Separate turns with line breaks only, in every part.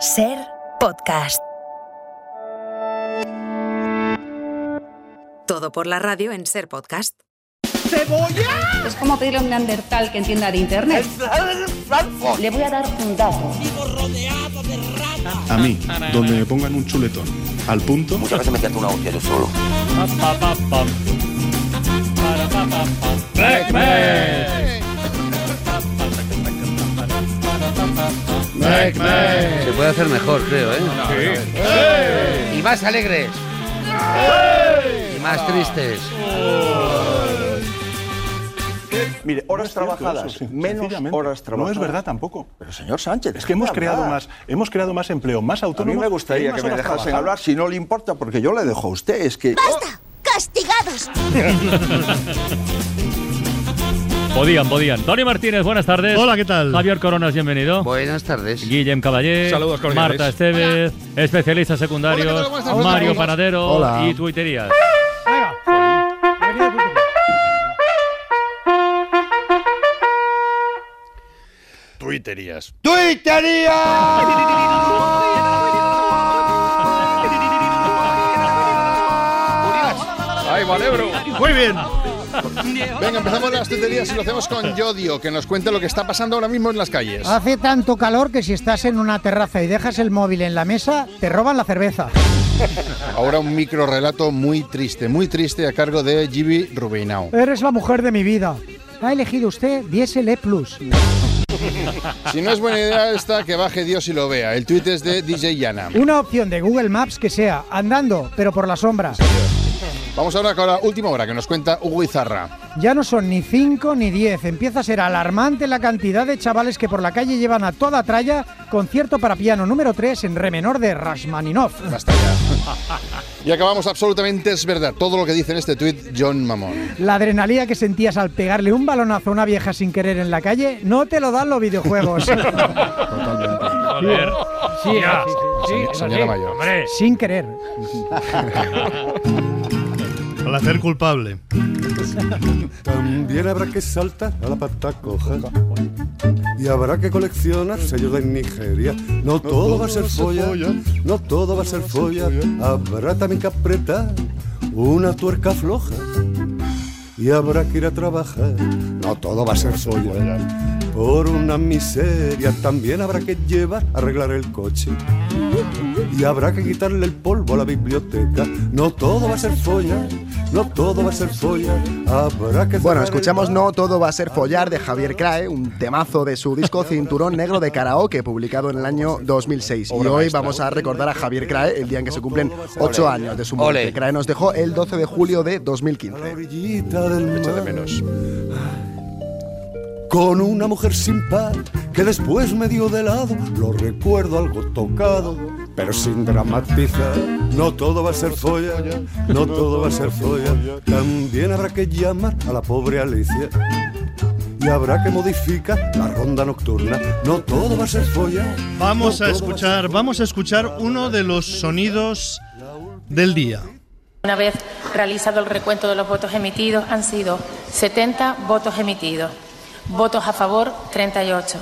Ser podcast.
Todo por la radio en Ser Podcast.
¡Cebolla!
Es como pedirle a un neandertal que entienda de internet.
Frankfurt!
Le voy a dar un dato.
A mí, donde me pongan un chuletón al punto,
Muchas veces me canto una hostia yo solo.
Se puede hacer mejor, creo, ¿eh? Y más alegres. Y más tristes.
Mire, horas trabajadas,
Cierto, sí,
menos
sencillamente.
horas trabajadas.
No es verdad tampoco.
Pero señor Sánchez,
Es que hemos
deje
creado
hablar.
más, hemos creado más empleo, más
A mí
autónomo.
me
y
gustaría
más
que me
horas
dejasen
trabajadas.
hablar, si no le importa, porque yo le dejo a usted. Es que.
¡Basta! ¡Castigados!
Podían, podían. Tony Martínez, buenas tardes.
Hola, ¿qué tal?
Javier Coronas, bienvenido.
Buenas tardes.
Guillem Caballé.
Saludos cordiales.
Marta Estevez, especialistas secundarios.
Hola, ¿qué tal? Buenas tardes,
Mario
amigos.
Panadero
Hola.
y Twitterías.
Twitterías.
¡Ay, Valebro!
Muy bien.
Venga, empezamos las tuterías y lo hacemos con Yodio, que nos cuente lo que está pasando ahora mismo en las calles.
Ah.
Hace tanto calor que si estás en una terraza y dejas el móvil en la mesa, te roban la cerveza.
Ahora un micro relato muy triste, muy triste, a cargo de Gibi Rubinao.
Eres la mujer de mi vida. Ha elegido usted Diesel E+.
Si no es buena idea esta, que baje Dios y lo vea. El tuit es de DJ Yana.
Una opción de Google Maps que sea andando, pero por las sombras.
Vamos ahora con la última hora que nos cuenta Hugo Izarra.
Ya no son ni 5 ni 10. Empieza a ser alarmante la cantidad de chavales que por la calle llevan a toda tralla concierto para piano número 3 en re menor de Rashmaninoff.
Basta ya. Y acabamos absolutamente, es verdad, todo lo que dice en este tuit John Mamón.
La adrenalina que sentías al pegarle un balonazo a una vieja sin querer en la calle no te lo dan los videojuegos.
Joder.
Sí, ah, sí, sí,
Señora Mayor.
Hombre.
sin querer.
Placer culpable.
También habrá que saltar a la pata coja y habrá que coleccionar sellos de Nigeria. No todo va a ser folla, no todo va a ser folla. Habrá también que apretar una tuerca floja y habrá que ir a trabajar. No todo va a ser folla. Por una miseria también habrá que llevar a arreglar el coche. Y habrá que quitarle el polvo a la biblioteca. No todo va a ser folla, no todo va a ser folla. Habrá que
Bueno, escuchamos No Todo Va a Ser Follar de Javier Crae, un temazo de su disco Cinturón Negro de Karaoke, publicado en el año 2006. Y hoy vamos a recordar a Javier Crae el día en que se cumplen 8 años de su
Ole.
muerte. Crae nos dejó el 12 de julio de
A
2015.
la orillita del
Echa de
mar,
menos.
con una mujer sin par que después me dio de lado. Lo recuerdo algo tocado, pero sin dramatizar. No todo va a ser folla, no todo va a ser folla. También habrá que llamar a la pobre Alicia. Y habrá que modificar la ronda nocturna. No todo va a ser folla.
Vamos
no todo va
a
ser
escuchar,
folla.
vamos a escuchar uno de los sonidos del día.
Una vez realizado el recuento de los votos emitidos, han sido 70 votos emitidos, votos a favor 38,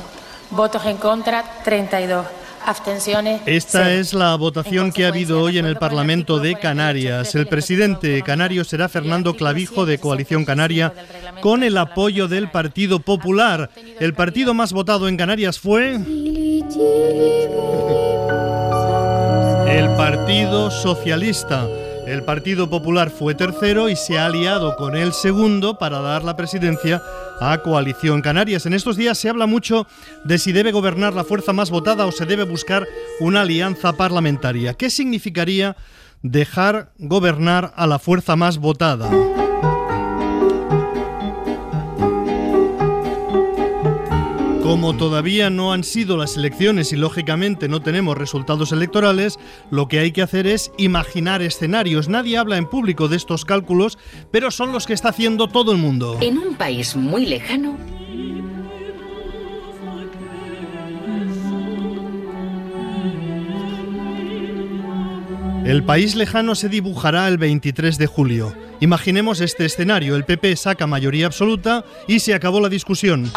votos en contra 32, abstenciones.
Esta
cero.
es la votación
En
que ha habido hoy en
consecuencia, de
el
acuerdo con
Parlamento de
artículo 48
Canarias.
del
El presidente
Estatuto
canario será
Autonómico
Fernando
y el artículo
Clavijo de
165
Coalición
del
Canaria
Reglamento
con el
del Parlamento
apoyo del
Canario.
Partido Popular. El partido más votado en Canarias fue el Partido Socialista. El Partido Popular fue tercero y se ha aliado con el segundo para dar la presidencia a Coalición Canarias. En estos días se habla mucho de si debe gobernar la fuerza más votada o se debe buscar una alianza parlamentaria. ¿Qué significaría dejar gobernar a la fuerza más votada? Como todavía no han sido las elecciones y lógicamente no tenemos resultados electorales, lo que hay que hacer es imaginar escenarios. Nadie habla en público de estos cálculos, pero son los que está haciendo todo el mundo.
En un país muy lejano.
El país lejano se dibujará el 23 de julio. Imaginemos este escenario, el PP saca mayoría absoluta y se acabó la discusión.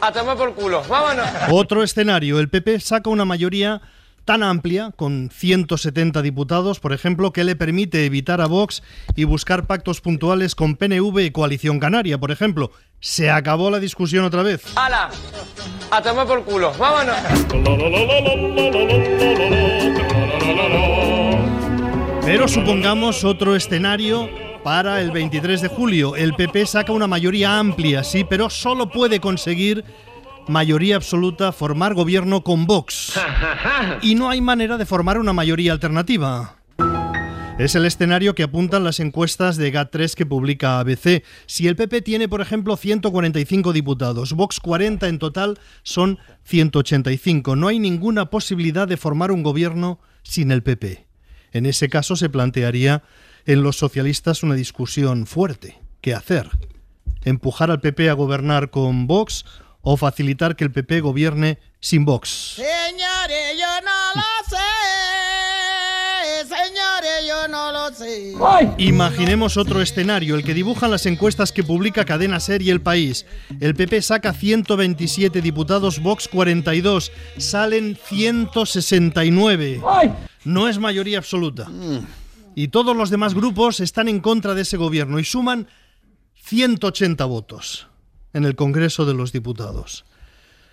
a tomar por culo. Vámonos.
Otro escenario, el PP saca una mayoría tan amplia, con 170 diputados, por ejemplo, que le permite evitar a Vox y buscar pactos puntuales con PNV y Coalición Canaria, por ejemplo. Se acabó la discusión otra vez.
¡Hala! A tomar por culo. Vámonos.
Pero supongamos otro escenario para el 23 de julio. El PP saca una mayoría amplia, sí, pero solo puede conseguir mayoría absoluta formar gobierno con Vox. Y no hay manera de formar una mayoría alternativa. Es el escenario que apuntan las encuestas de GAT3 que publica ABC. Si el PP tiene, por ejemplo, 145 diputados, Vox 40 en total son 185. No hay ninguna posibilidad de formar un gobierno sin el PP. En ese caso se plantearía en los socialistas una discusión fuerte. ¿Qué hacer? ¿Empujar al PP a gobernar con Vox o facilitar que el PP gobierne sin Vox?
Señores, yo no lo sé. Señores, yo no lo sé.
Imaginemos otro escenario, el que dibujan las encuestas que publica Cadena Ser y El País. El PP saca 127 diputados, Vox 42, salen 169. No es mayoría absoluta. Y todos los demás grupos están en contra de ese gobierno y suman 180 votos en el Congreso de los Diputados.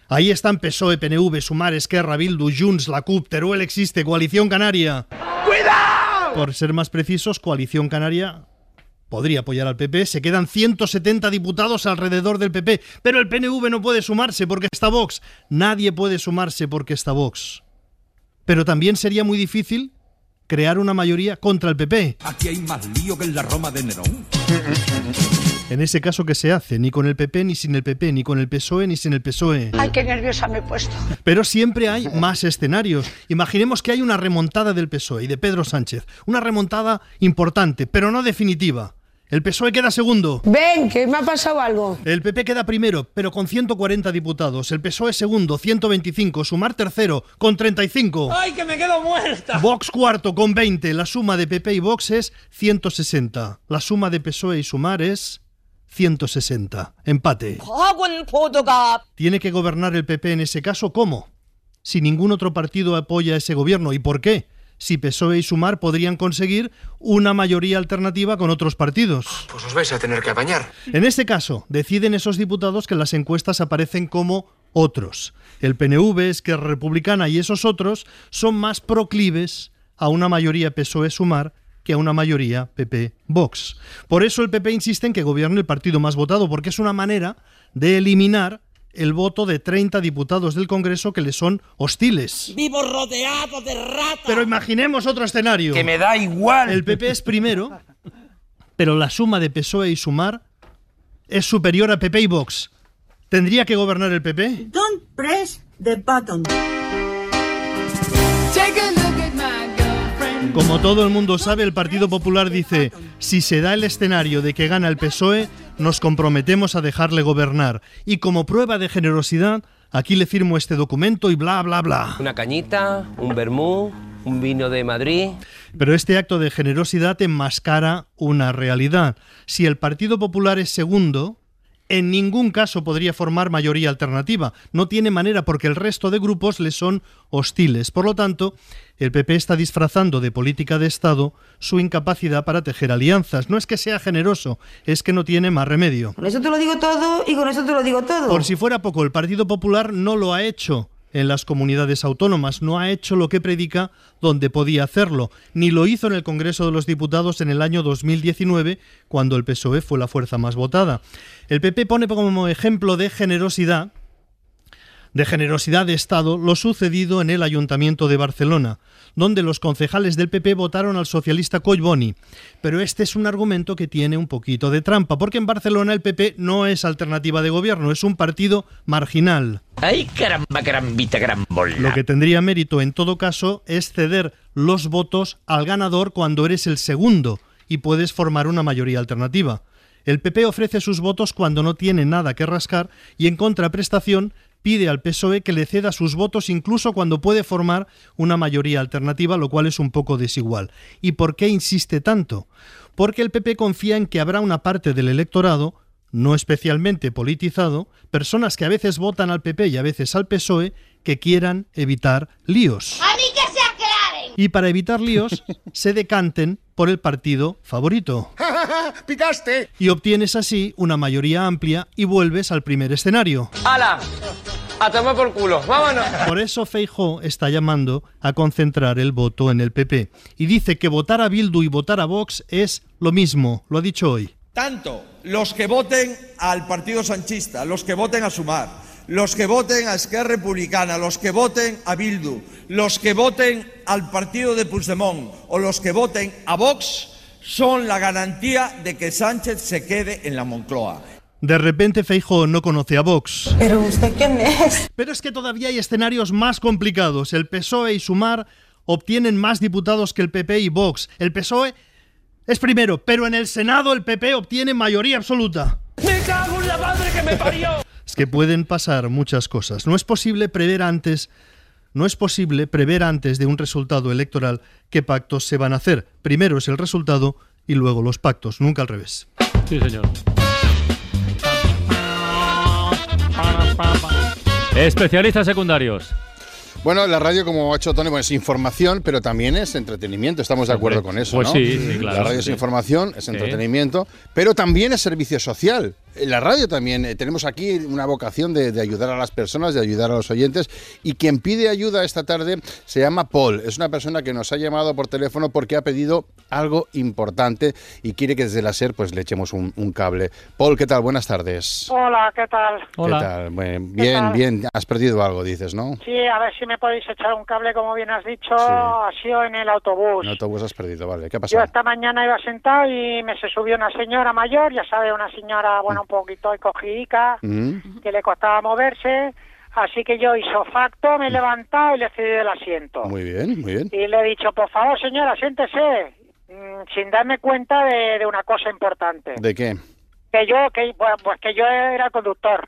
Ahí están PSOE, PNV, Sumar, Esquerra, Bildu, Junts, la CUP, Teruel existe, Coalición Canaria. Por ser más precisos, Coalición Canaria podría apoyar al PP. Se quedan 170 diputados alrededor del PP, pero el PNV no puede sumarse porque está Vox. Nadie puede sumarse porque está Vox. Pero también sería muy difícil crear una mayoría contra el PP.
Aquí hay más lío que en la Roma de Nerón.
En ese caso, ¿qué se hace? Ni con el PP, ni sin el PP, ni con el PSOE, E, ni sin el PSOE.
Ay, qué nerviosa me he puesto.
Pero siempre hay más escenarios. Imaginemos que hay una remontada del PSOE E y de Pedro Sánchez. Una remontada importante, pero no definitiva. El PSOE E queda segundo.
Ven, que me ha pasado algo.
El PP queda primero, pero con 140 diputados. El PSOE E segundo, 125. Sumar tercero, con 35.
¡Ay, que me quedo muerta!
Vox cuarto, con 20. La suma de PP y Vox es 160. La suma de PSOE E y Sumar es 160. Empate. Tiene que gobernar el PP en ese caso, ¿cómo? Si ningún otro partido apoya ese gobierno, ¿y por qué? Si PSOE E y Sumar podrían conseguir una mayoría alternativa con otros partidos.
Pues os vais a tener que apañar.
En este caso, deciden esos diputados que en las encuestas aparecen como otros. El PNV, Esquerra Republicana y esos otros son más proclives a una mayoría PSOE-Sumar E que a una mayoría PP-Vox. Por eso el PP insiste en que gobierne el partido más votado, porque es una manera de eliminar el voto de 30 diputados del Congreso que le son hostiles.
Vivo rodeado de ratas.
Pero imaginemos otro escenario.
Que me da igual.
El PP es primero, pero la suma de PSOE E y Sumar es superior a PP y Vox. ¿Tendría que gobernar el PP?
Don't press the button.
Como todo el mundo sabe, el Partido Popular dice, si se da el escenario de que gana el PSOE, E, nos comprometemos a dejarle gobernar. Y como prueba de generosidad, aquí le firmo este documento y bla, bla, bla.
Una cañita, un vermú, un vino de Madrid.
Pero este acto de generosidad enmascara una realidad. Si el Partido Popular es segundo, en ningún caso podría formar mayoría alternativa. No tiene manera porque el resto de grupos le son hostiles. Por lo tanto, el PP está disfrazando de política de Estado su incapacidad para tejer alianzas. No es que sea generoso, es que no tiene más remedio.
Con eso te lo digo todo y con eso te lo digo todo.
Por si fuera poco, el Partido Popular no lo ha hecho en las comunidades autónomas, no ha hecho lo que predica donde podía hacerlo, ni lo hizo en el Congreso de los Diputados en el año 2019, cuando el PSOE E fue la fuerza más votada. El PP pone como ejemplo de generosidad, de generosidad de Estado, lo sucedido en el Ayuntamiento de Barcelona, donde los concejales del PP votaron al socialista Collboni. Pero este es un argumento que tiene un poquito de trampa, porque en Barcelona el PP no es alternativa de gobierno, es un partido marginal.
¡Ay, caramba, carambita, carambola!
Lo que tendría mérito en todo caso es ceder los votos al ganador cuando eres el segundo y puedes formar una mayoría alternativa. El PP ofrece sus votos cuando no tiene nada que rascar y en contraprestación pide al PSOE E que le ceda sus votos incluso cuando puede formar una mayoría alternativa, lo cual es un poco desigual. ¿Y por qué insiste tanto? Porque el PP confía en que habrá una parte del electorado no especialmente politizado, personas que a veces votan al PP y a veces al PSOE, E, que quieran evitar líos.
¡A mí que se aclaren!
Y para evitar líos, se decanten por el partido favorito.
¡Picaste!
Y obtienes así una mayoría amplia y vuelves al primer escenario.
¡Hala! A tomar por culo, vámonos.
Por eso Feijó está llamando a concentrar el voto en el PP. Y dice que votar a Bildu y votar a Vox es lo mismo, lo ha dicho hoy.
Tanto los que voten al Partido Sanchista, los que voten a Sumar, los que voten a Esquerra Republicana, los que voten a Bildu, los que voten al partido de Puigdemont o los que voten a Vox son la garantía de que Sánchez se quede en la Moncloa.
De repente Feijóo no conoce a Vox.
Pero usted quién es?
Pero es que todavía hay escenarios más complicados. El PSOE E y Sumar obtienen más diputados que el PP y Vox. El PSOE E es primero, pero en el Senado el PP obtiene mayoría absoluta.
¡Me cago en la madre que me parió!
Es que pueden pasar muchas cosas. No es posible prever antes no es posible prever antes de un resultado electoral qué pactos se van a hacer. Primero es el resultado y luego los pactos, nunca al revés.
Sí, señor. Especialistas secundarios.
Bueno, la radio, como ha hecho Tony, bueno, es información, pero también es entretenimiento. Estamos de acuerdo con eso,
Pues
¿no?
sí, sí, claro,
La radio es
sí.
información, es
Sí.
entretenimiento, pero también es servicio social. Eh, La radio también. eh, tenemos aquí una vocación de, de ayudar a las personas, de ayudar a los oyentes. Y quien pide ayuda esta tarde se llama Paul. Es una persona que nos ha llamado por teléfono porque ha pedido algo importante y quiere que desde la SER pues, le echemos un, un cable. Paul, ¿qué tal? Buenas tardes.
Hola, ¿qué tal?
¿Qué tal? Bueno,
¿Qué
Bien,
tal?
bien. Has perdido algo, dices, ¿no?
Sí, a ver si me podéis echar un cable, como bien has dicho, ha sido en el autobús.
En autobús pues has perdido, vale. ¿Qué ha
Pues- Yo
pasado?
esta mañana iba sentado y me se subió una señora mayor, ya sabe, una señora, bueno, un poquito encogidica,
Mm.
que le costaba moverse, así que yo hizo facto, me he levantado y le he cedido el asiento.
Muy bien, muy bien.
Y le he dicho, por favor, señora, siéntese, mm, sin darme cuenta de, de una cosa importante.
¿De qué?
Que yo, que, bueno, pues que yo era el conductor.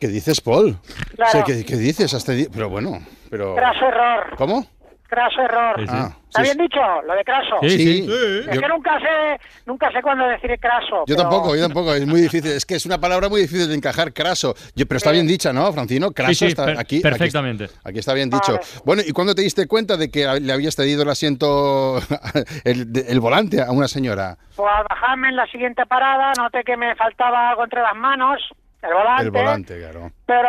¿Qué dices, Paul?
Claro.
O sea, ¿qué, qué dices? Hasta di- Pero bueno, pero...
Craso error,
¿Cómo?
craso error.
Ah, sí,
¿Está bien dicho? Lo de craso.
Sí, sí. Sí.
Es
Yo-
que nunca sé, nunca sé cuándo decir
Yo
craso. pero-
tampoco, yo tampoco, es muy difícil. Es que es una palabra muy difícil de encajar, craso. Yo- pero está bien dicha, ¿no, Francino? Craso
Sí, sí,
está
per-
aquí. aquí-
perfectamente.
Aquí, está bien dicho. Bueno, ¿y cuándo te diste cuenta de que le habías cedido el asiento, el, de- el volante a una señora?
Pues al bajarme en la siguiente parada, noté que me faltaba algo entre las manos, el volante.
El volante, claro.
Pero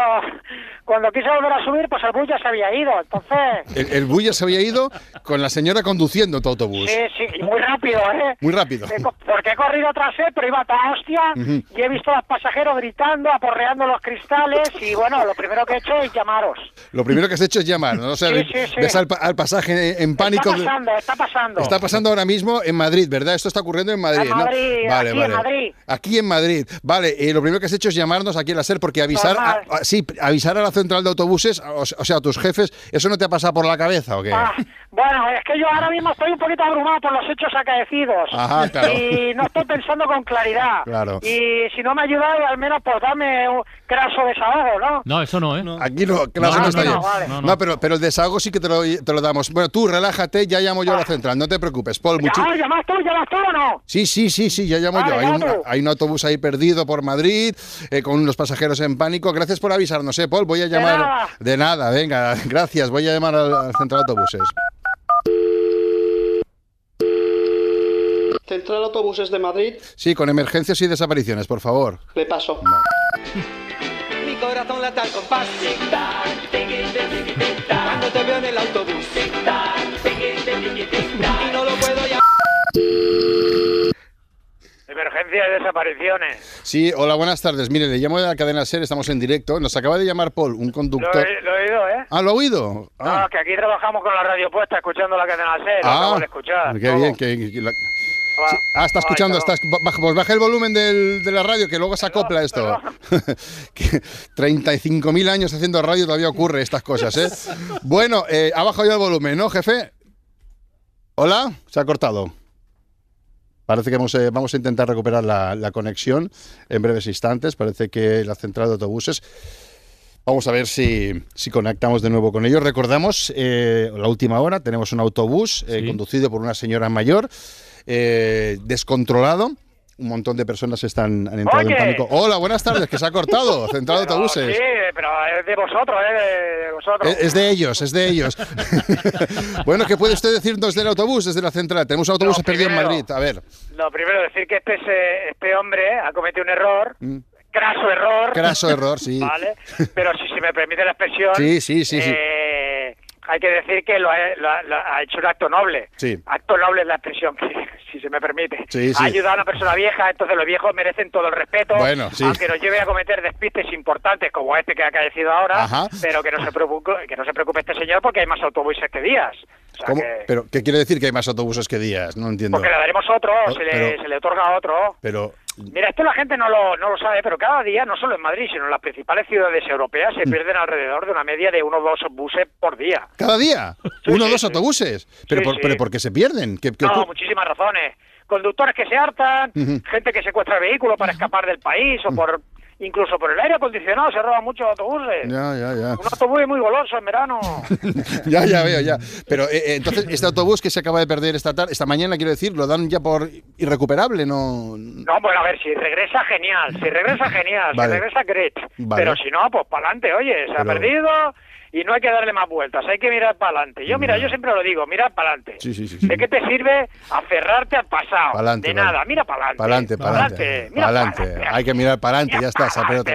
cuando quise volver a subir, pues el bus ya se había ido. Entonces,
El, el bulla se había ido con la señora conduciendo tu autobús.
sí, sí, muy rápido, ¿eh?
Muy rápido.
He co- Porque he corrido tras él, pero iba a toda hostia
Ujú.
y he visto a los pasajeros gritando, aporreando los cristales y bueno, lo primero que he hecho es llamaros.
Lo primero que has hecho es llamar, ¿no? O sea,
Sí,
ve-
sí, sí.
ves al, pa- al pasaje en pánico.
Está pasando, está pasando.
Está pasando ahora mismo en Madrid, ¿verdad? Esto está ocurriendo en Madrid,
En
¿no?
Madrid, aquí en Madrid.
Aquí en Madrid. Vale, eh, lo primero que has hecho es llamarnos aquí a la SER porque avisar a,
Normal.
a- sí, avisar a la central de autobuses, o, o sea, a tus jefes, ¿eso no te ha pasado por la cabeza o qué?
Ah, bueno, es que yo ahora mismo estoy un poquito abrumado por los hechos acaecidos.
Ajá, claro.
Y no estoy pensando con claridad.
Claro.
Y si no me ayudáis, al menos pues dame un craso desahogo, ¿no?
No, eso no, ¿eh?
Aquí no, claro,
No,
no,
no,
está
no,
bien.
no, vale. No, no.
No, pero, pero el desahogo sí que te lo, te lo damos. Bueno, tú relájate, ya llamo
Ah.
yo a la central, no te preocupes. Paul, muchi-
Ah, ¿Llamas tú? ¿Llamas tú o no?
Sí, sí, sí, sí, ya llamo
Vale,
yo. Hay un,
vale.
hay un autobús ahí perdido por Madrid, eh, con unos pasajeros en pánico. Gracias por avisarnos, eh, Paul. Voy a llamar.
nada.
De nada, venga, gracias. Voy a llamar al, al central de autobuses.
Central Autobuses de Madrid,
Sí, con emergencias y desapariciones, por favor.
le paso.
Mi corazón late al compás. Tic-tac, tiqui-tic, tic-tac. Cuando te veo en el autobús. Tic-tac, tiqui-tic, tic-tac. Y no lo puedo ya.
Emergencia de desapariciones.
Sí, hola, buenas tardes. Mire, le llamo de la cadena SER, estamos en directo. Nos acaba de llamar Paul, un
Lo,
conductor.
he- lo he oído, ¿eh?
Ah, Ah, ¿lo ha oído?
No, que aquí trabajamos con la radio puesta, escuchando la cadena C, lo acabo de escuchar.
Qué bien, que. que la- Sí, Ah, está escuchando, está, baja, pues baja el volumen del- de la radio que luego se acopla esto. Que 35.000 años haciendo radio todavía ocurre estas cosas, ¿eh? Bueno, eh, ha bajado ya el volumen, ¿no, jefe? ¿Hola? Se ha cortado. Parece que hemos, eh, vamos a intentar recuperar la, la conexión en breves instantes. Parece que la central de autobuses Vamos a ver si, si conectamos de nuevo con ellos. Recordamos, eh, la última hora tenemos un autobús eh, conducido por una señora mayor, eh, descontrolado, un montón de personas están, han entrado en
Oye.
pánico. Hola, buenas tardes, que se ha cortado, central de autobuses.
Sí, pero es de vosotros, ¿eh? De vosotros.
Es es de ellos, es de ellos. bueno, ¿qué puede usted decirnos del autobús desde la central? Tenemos un autobús perdido en
primero.
Madrid. A ver,
Lo primero, decir que este, se- este hombre ha cometido un error, craso error.
Mm. Craso error, sí.
Vale, pero si se me permite la expresión.
Sí, sí, sí, sí.
eh, hay que decir que lo ha, lo ha- lo ha hecho un acto noble.
Sí.
Acto noble es la expresión, que, si se me permite.
Sí, sí.
Ha ayudado a una persona vieja, entonces los viejos merecen todo el respeto.
Bueno, sí.
Aunque nos lleve a cometer despistes importantes como este que ha caecido ahora,
Ajá.
pero que no, se preocupe, que no se preocupe este señor porque hay más autobuses que días. O sea
¿cómo?
que-
¿Pero qué quiere decir que hay más autobuses que días? No entiendo.
porque le daremos otro,
No,
se, le,
pero-
se le otorga otro.
Pero
Mira, esto la gente no lo, no lo sabe, pero cada día, no solo en Madrid, sino en las principales ciudades europeas,
Mm.
se pierden alrededor de una media de uno o dos buses por día.
cada día, uno o dos autobuses. Pero,
Sí,
por,
sí.
pero ¿por qué se pierden? ¿Qué, qué
No,
ocu-
muchísimas razones. Conductores que se hartan,
Ujú.
gente que secuestra vehículos para escapar del país o por incluso por el aire acondicionado se roban muchos autobuses.
Ya, ya, ya.
Un autobús es muy goloso en verano.
ya, ya veo, ya. Pero eh, eh, entonces, este autobús que se acaba de perder esta tarde, esta mañana, quiero decir, lo dan ya por irrecuperable, ¿no?
No, bueno, a ver, si regresa, genial. Si regresa, genial.
Vale.
Si regresa, great.
Vale.
Pero si no, pues para adelante, oye, se ha
Pero-
perdido y no hay que darle más vueltas. Hay que mirar para adelante. Yo, mira, yo siempre lo digo, mira para adelante.
Sí, sí, sí.
¿De qué te sirve aferrarte al pasado?
Pa'lante,
Ah, de
vale.
nada, mira para
Pa'lante,
adelante.
pa'lante.
Mira
Pa'lante. Hay que mirar para adelante, ya está. Se ha perdido otro-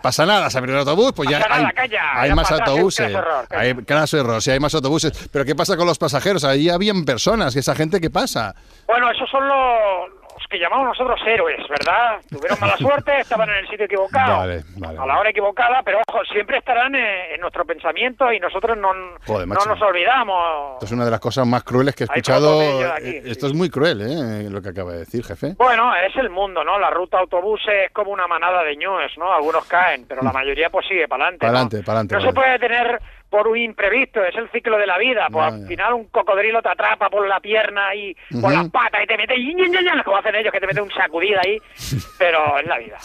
Pasa nada, se ha perdido el autobús, pues ya
Pasa
hay,
nada, calla,
hay
ya
más
pasa, es un
autobuses.
craso error,
Hay craso error, sí, hay más autobuses. Pero ¿qué pasa con los pasajeros? Ahí habían personas, que esa gente que pasa.
Bueno, esos son los, los que llamamos nosotros héroes, ¿verdad? Tuvieron mala suerte, estaban en el sitio equivocado.
Vale, vale.
a la hora equivocada, pero ojo, siempre estarán eh, en nuestro pensamiento y nosotros no,
Joder,
no
macho.
nos olvidamos.
Esto es una de las cosas más crueles que he
Hay fotos
escuchado.
de ellos aquí,
Eh, Esto es muy cruel, ¿eh? Lo que acaba de decir, jefe.
Bueno, es el mundo, ¿no? La ruta autobuses es como una manada de ñoes, ¿no? Algunos caen, pero
Mm.
la mayoría pues sigue para adelante.
Pa'lante, pa'lante,
No se
pa'lante.
puede tener por un imprevisto, es el ciclo de la vida. Pues
Ya,
al final un cocodrilo te atrapa por la pierna y por
Ujú.
las patas y te mete, y, y, y, y, como hacen ellos, que te mete un sacudida ahí, pero es la vida.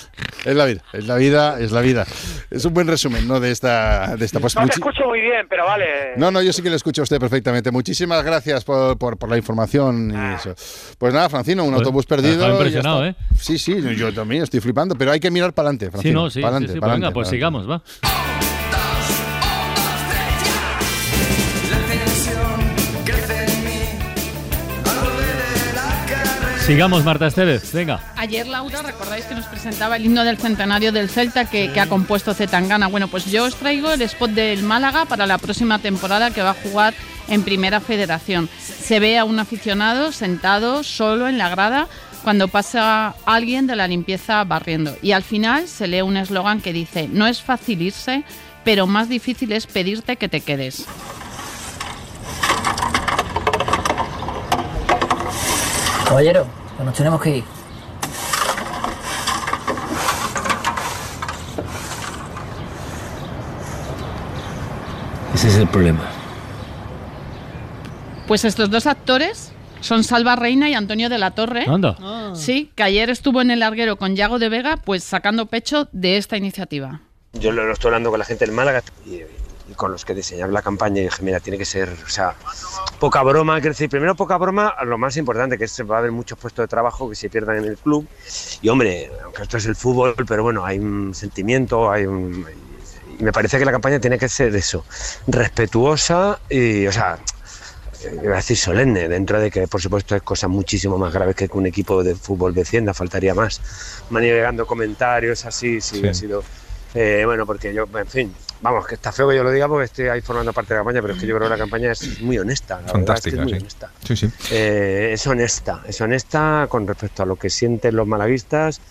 Es la vida, es la vida, es la vida. Es un buen resumen, ¿no? De esta, de esta pues,
No te
muchi-
escucho muy bien, pero vale.
No, no, yo sí que le escucho a usted perfectamente. Muchísimas gracias por, por- por la información
Ah.
y eso. Pues nada, Francino, un
Joder,
autobús
me ha
perdido.
dejado
ya
impresionado, ¿eh?
está. Sí, sí, yo también estoy flipando, pero hay que mirar para adelante,
Sí,
Francino.
no, sí,
pa'lante,
sí, sí, pues
pa'lante,
venga, pues
pa'lante.
sigamos, va. Sigamos, Marta Estevez, venga.
Ayer Laura, recordáis que nos presentaba el himno del centenario del Celta que, que ha compuesto Zetangana. Bueno, pues yo os traigo el spot del Málaga para la próxima temporada que va a jugar en Primera Federación. Se ve a un aficionado sentado solo en la grada cuando pasa alguien de la limpieza barriendo. Y al final se lee un eslogan que dice, no es fácil irse, pero más difícil es pedirte que te quedes.
Caballero, que nos tenemos que ir.
Ese es el problema.
Pues estos dos actores son Salva Reina y Antonio de la Torre. Ah.
Anda.
Sí, que ayer estuvo en el larguero con Yago de Vega, pues sacando pecho de esta iniciativa.
Yo lo, lo estoy hablando con la gente del Málaga y, y con los que diseñaron la campaña y dije, mira, tiene que ser, o sea, poca broma, quiero decir, primero poca broma, a lo más importante, que es, va a haber muchos puestos de trabajo que se pierdan en el club. Y hombre, aunque esto es el fútbol, pero bueno, hay un sentimiento, hay un... Y me parece que la campaña tiene que ser eso, respetuosa y, o sea, iba a decir solemne, dentro de que por supuesto hay cosas muchísimo más graves que que un equipo de fútbol descienda, faltaría más. Me han ido llegando comentarios así, sí,
Sí.
ha sido... eh, bueno, porque yo, en fin, vamos, que está feo que yo lo diga porque estoy ahí formando parte de la campaña, pero es que yo creo que la campaña es muy honesta. la verdad es que es
Fantástica,
muy
sí. Sí, sí.
eh, es honesta, es honesta con respecto a lo que sienten los malaguistas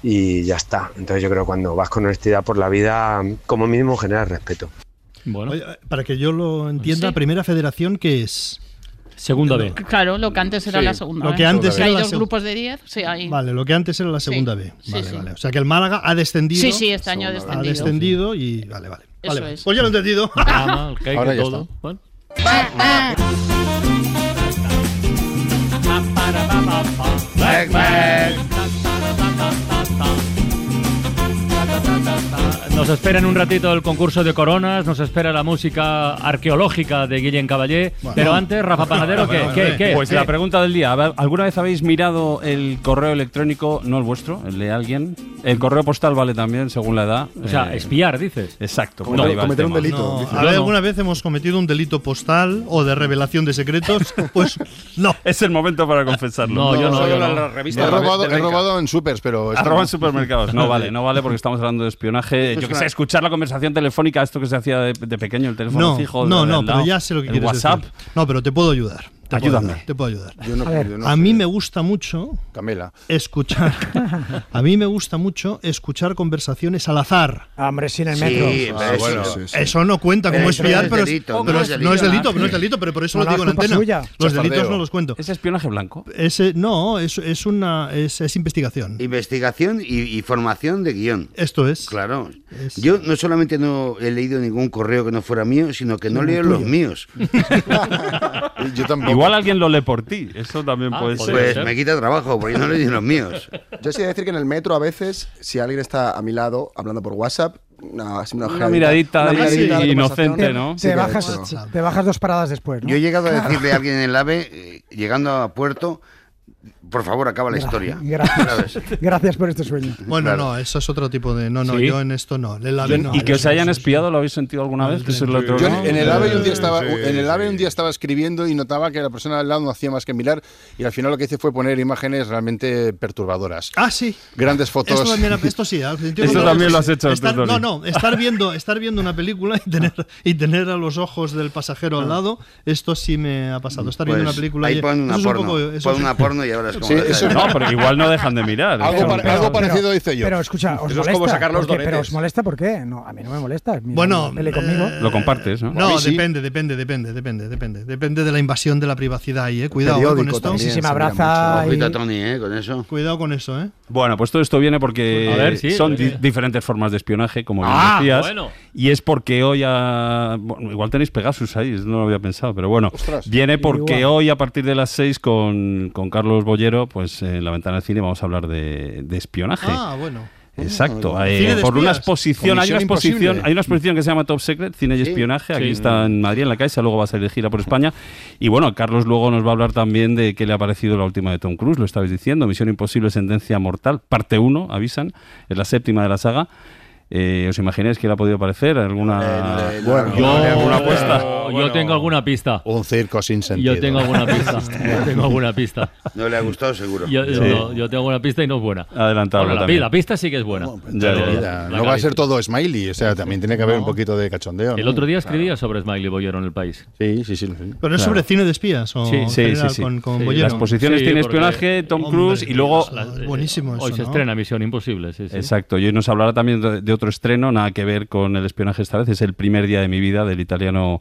y ya está. Entonces yo creo que cuando vas con honestidad por la vida, como mínimo generas respeto.
Oye, para que yo lo entienda,
Sí.
Primera Federación, ¿qué es?
Segunda B.
Claro, lo que antes era
Sí,
la segunda.
lo
¿eh?
que antes
Porque
era
hay
la
dos
seg-
grupos de 10, sí, hay.
Vale, lo que antes era la segunda B.
Sí,
Vale,
sí.
vale. O sea que el Málaga ha descendido.
Sí, sí, este año ha
Segunda B.
descendido.
descendido y vale, vale.
Eso
Vale, vale.
es.
Pues ya lo he entendido.
Drama, el caigo,
Ahora ya
Ah, todo.
está.
Bueno. Nos espera en un ratito el concurso de coronas, nos espera la música arqueológica de Guillén Caballé. Pero antes, Rafa Panadero, ¿qué? ¿Qué? ¿Qué?
Pues
¿Qué?
la pregunta del día. A ver, ¿Alguna vez habéis mirado el correo electrónico, no el vuestro, el de alguien? El correo postal vale también, según la edad. Eh,
O sea, espiar, dices.
Exacto.
Cometer-
por ahí va el
cometer un
tema.
delito, No, dices. a ver, ¿alguna vez hemos cometido un delito postal o de revelación de secretos? Pues no.
Es el momento para confesarlo.
No, yo no,
Solo
yo
la-
no.
la revista
He
de la-
robado,
de
he
Leica.
robado en supers, pero. esto
Arroba
no.
en supermercados. No vale, no vale porque estamos hablando de espionaje. Yo que sé, escuchar la conversación telefónica, esto que se hacía de, de pequeño, el teléfono
No,
fijo.
no,
del
no, pero
lado,
ya sé lo que
el
quieres
WhatsApp.
decir. No, pero te puedo ayudar. Te puedo
Ayúdame.
ayudar, te puedo ayudar.
Yo no-
a ver,
yo no
a
sé.
mí me gusta mucho
Camela.
escuchar. a mí me gusta mucho escuchar conversaciones al azar.
Hombre, sí, en el
Sí,
metro.
pero Ah, eso- bueno. sí, sí. eso no cuenta como espiar, pero es- pero es- no es delito, no es delito, pero por eso lo digo en antena. Los delitos no los cuento.
¿Es espionaje blanco?
Ese, no, es, es una es, es investigación.
Investigación y, y formación de guión.
Esto es.
Claro. Yo no solamente no he leído ningún correo que no fuera mío, sino que no leo los míos.
Yo tampoco.
Igual alguien lo lee por ti. Eso también
Ah,
puede ser.
Pues me quita trabajo, porque no leí los míos.
Yo sí he de decir que en el metro a veces, si alguien está a mi lado hablando por WhatsApp, una, así una
Una
ojeadita,
miradita ahí
miradita a la conversación.
inocente,
Sí,
Te,
que de hecho.
bajas, te bajas dos paradas después, ¿no?
Yo he llegado a decirle a alguien en el AVE, eh, llegando a puerto, por favor, acaba la historia.
Gracias, gracias por este sueño.
Bueno, no, eso es otro tipo de. No, no,
Sí.
yo en esto no. El AVE
¿Y,
no.
y que os hayan espiado, ¿lo habéis sentido alguna vez? Que eso es lo otro,
Yo
¿no?
en el AVE un día estaba,
Sí,
en el AVE un día estaba escribiendo y notaba que la persona al lado no hacía más que mirar y al final lo que hice fue poner imágenes realmente perturbadoras.
Ah, sí.
Grandes fotos.
Esto, también, esto sí. al principio
Esto
no,
también
sí,
lo has hecho
estar-
tú, Tony.
no, no. Estar viendo, estar viendo una película y
Ah.
tener, y tener a los ojos del pasajero al lado, esto sí me ha pasado. Estar viendo
Pues,
una película
ahí
y.
pon una
eso es un
porno,
poco- eso
pon
es-
una porno y ahora es como-
Sí,
eso-
No, pero igual no dejan de mirar.
Algo
Eso-
pare- algo parecido hice yo.
Pero escucha, ¿os
Eso es
molesta?
como sacar los
¿Por qué? ¿Pero
donetes.
os molesta por qué? No, a mí no me molesta. Mira,
Bueno,
pele conmigo.
Lo compartes, ¿no?
No, depende, depende, depende, depende, depende. Depende de la invasión de la privacidad ahí, eh. Cuidado eh, con
Periódico
esto.
también, Sí, sí, se me se mira abraza mucho. y-
Ojito a Tony, eh, con eso.
Cuidado con eso, eh.
Bueno, pues todo esto viene porque
A ver, sí,
son
oye.
di- diferentes formas de espionaje, como bien
Ah,
decías.
bueno.
Y es porque hoy a- bueno, igual tenéis Pegasus ahí, no lo había pensado, pero bueno.
Ostras.
Viene porque
Igual.
hoy a partir de las 6 con, con Carlos Bollero, pues en la ventana del cine vamos a hablar de, de espionaje.
Ah, bueno.
Exacto,
Ah,
eh,
cine de
por una
espías.
exposición, hay
Comisión
una exposición,
imposible.
hay una exposición que se llama Top Secret, cine y
Sí.
espionaje, aquí
Sí.
está en Madrid en la Caixa, luego va a salir de gira por España y bueno, Carlos luego nos va a hablar también de qué le ha parecido la última de Tom Cruise, lo estabais diciendo, Misión Imposible, Sentencia Mortal, parte 1, avisan, es la séptima de la saga. Eh, ¿Os imagináis que le ha podido parecer? ¿Alguna,
Bueno,
Yo-
alguna apuesta.
Yo
Bueno.
tengo alguna pista.
Un circo sin sentido.
Eh, Yo tengo alguna pista. Yo tengo alguna pista.
No le ha gustado, seguro.
Yo, yo-
Sí.
no, yo tengo una pista y no es buena.
Adelantado
Bueno, la, pi-
también.
la pista sí que es buena.
Ya,
Pero
ya, ya.
la
No va a
cali-
ser todo smiley, o sea, también tiene que haber un poquito de cachondeo.
El
¿no?
otro día escribía sobre Smiley Boyero en el país.
Sí, sí, sí.
Pero es sobre cine de espías o
Sí,
en
sí, sí,
general
sí.
Con, con
Sí,
Bollero.
Las posiciones
Sí,
tiene
porque-
espionaje, Tom
Hombre,
Cruise y luego...
las- Buenísimo eso,
Hoy se
¿no?
estrena Misión Imposible, sí, sí.
Exacto, y hoy nos hablará también de de otro estreno, nada que ver con el espionaje esta vez, es el primer día de mi vida del italiano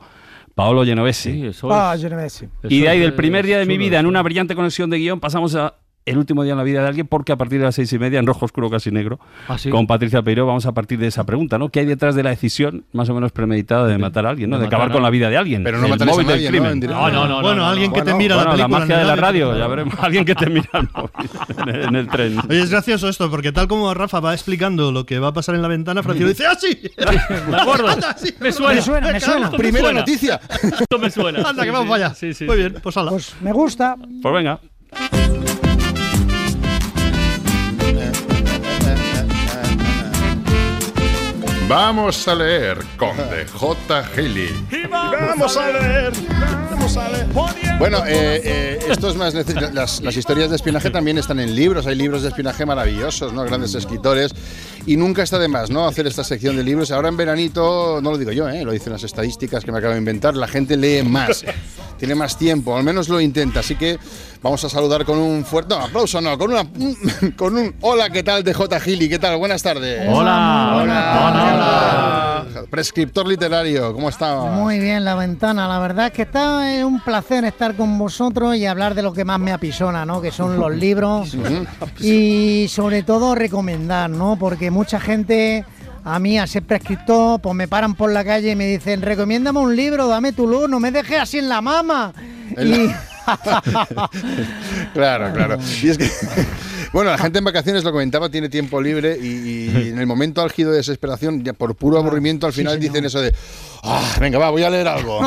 Paolo Genovese.
Ah, Genovese.
y de ahí, del primer día de mi vida, en una brillante conexión de guión, pasamos a el último día en la vida de alguien, porque a partir de las seis y media, en rojo oscuro casi negro,
Ah, sí.
con Patricia Peiro, vamos a partir de esa pregunta, ¿no? ¿Qué hay detrás de la decisión más o menos premeditada de matar a alguien, ¿no?
De
De, acabar
matar a-
con la vida de alguien.
Pero no
El
matarás a
móvil del
nadie, ¿no?
crimen.
En directo. No, no, no,
Bueno, no, no, alguien no. que te mira la
Bueno,
película en
la magia
el
de la
radio.
radio, ya veremos. Alguien que te mira al móvil en el- en el tren.
Oye, es gracioso esto, porque tal como Rafa va explicando lo que va a pasar en la ventana, Francisco dice, ¡ah, sí!
Me acuerdo. me suena.
Me suena, me
Venga,
suena.
esto me
Primera
suena.
noticia.
Esto me suena.
Anda, que
Sí,
vamos
sí,
para allá.
sí, sí,
Muy
sí.
bien, pues hala.
Me gusta.
Pues venga.
Vamos a leer con DJ Gili.
Vamos a leer, vamos a leer. Bueno, eh, eh, esto es más nece- las, las historias de espionaje también están en libros. Hay libros de espionaje maravillosos, ¿no? Grandes escritores. Y nunca está de más, ¿no? Hacer esta sección de libros. Ahora en veranito, no lo digo yo, ¿eh? Lo dicen las estadísticas que me acabo de inventar. La gente lee más. Tiene más tiempo, al menos lo intenta. Así que vamos a saludar con un fuerte no, aplauso, no, con, una, con un hola, ¿qué tal? de J. Gili, ¿qué tal? Buenas tardes.
Hola.
hola. hola. Prescriptor literario, ¿cómo está?
Muy bien, la ventana. La verdad es que está es un placer estar con vosotros y hablar de lo que más me apisona, ¿no? Que son los libros y sobre todo recomendar, ¿no? Porque mucha gente a mí, a ser prescriptor, pues me paran por la calle y me dicen, recomiéndame un libro, dame tu luz, no me dejes así en la mama.
En
Y-
Claro, claro. Y es que Bueno, la gente en vacaciones lo comentaba, tiene tiempo libre y, y en el momento álgido de desesperación, ya por puro aburrimiento, al final dicen eso de, ah, venga, va, voy a leer algo.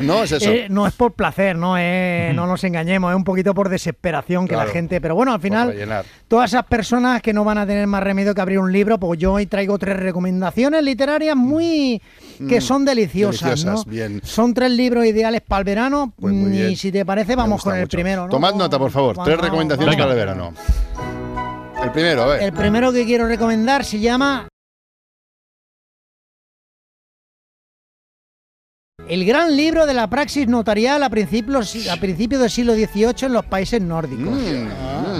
no, es eso.
Eh, no es por placer, no es- no nos engañemos, es un poquito por desesperación que
Claro.
la gente. Pero bueno, al final,
rellenar.
todas esas personas que no van a tener más remedio que abrir un libro, pues yo hoy traigo tres recomendaciones literarias muy. que
Mm,
son deliciosas.
deliciosas,
¿no?
bien. Pues
Son tres libros ideales para el verano. Mm,
muy bien.
y si te parece, vamos con el primero. ¿no?
Tomad nota, por favor. Tres
Vamos,
recomendaciones
vamos.
para el verano. El primero, a ver.
El primero que quiero recomendar se llama El gran libro de la praxis notarial a principios, a principios del siglo XVIII en los países nórdicos.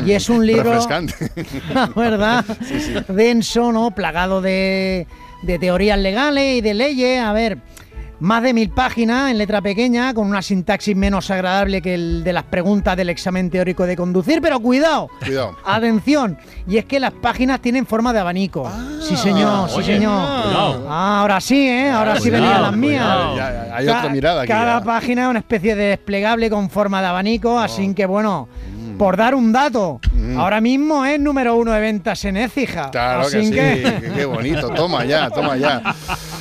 y es un libro,
Mm, Refrescante.
la Ah, ¿verdad? Denso, ¿no? Plagado de, de teorías legales y de leyes. A ver, más de mil páginas en letra pequeña, con una sintaxis menos agradable que el de las preguntas del examen teórico de conducir, pero cuidado.
Cuidado.
Atención, y es que las páginas tienen forma de abanico. sí,
Ah,
señor, sí,
oye.
señor.
Cuidado.
Ah, ahora sí, ¿eh? Ahora sí
Cuidado,
venían las mías.
cuidado. Ya, ya, hay
Ca-
otra mirada aquí, ya.
Cada
Oh.
página es una especie de desplegable con forma de abanico, así que bueno,
Mm.
por dar un dato, ahora mismo es número uno de ventas en Écija.
Claro que
así
sí, que- qué bonito. Toma ya, toma ya.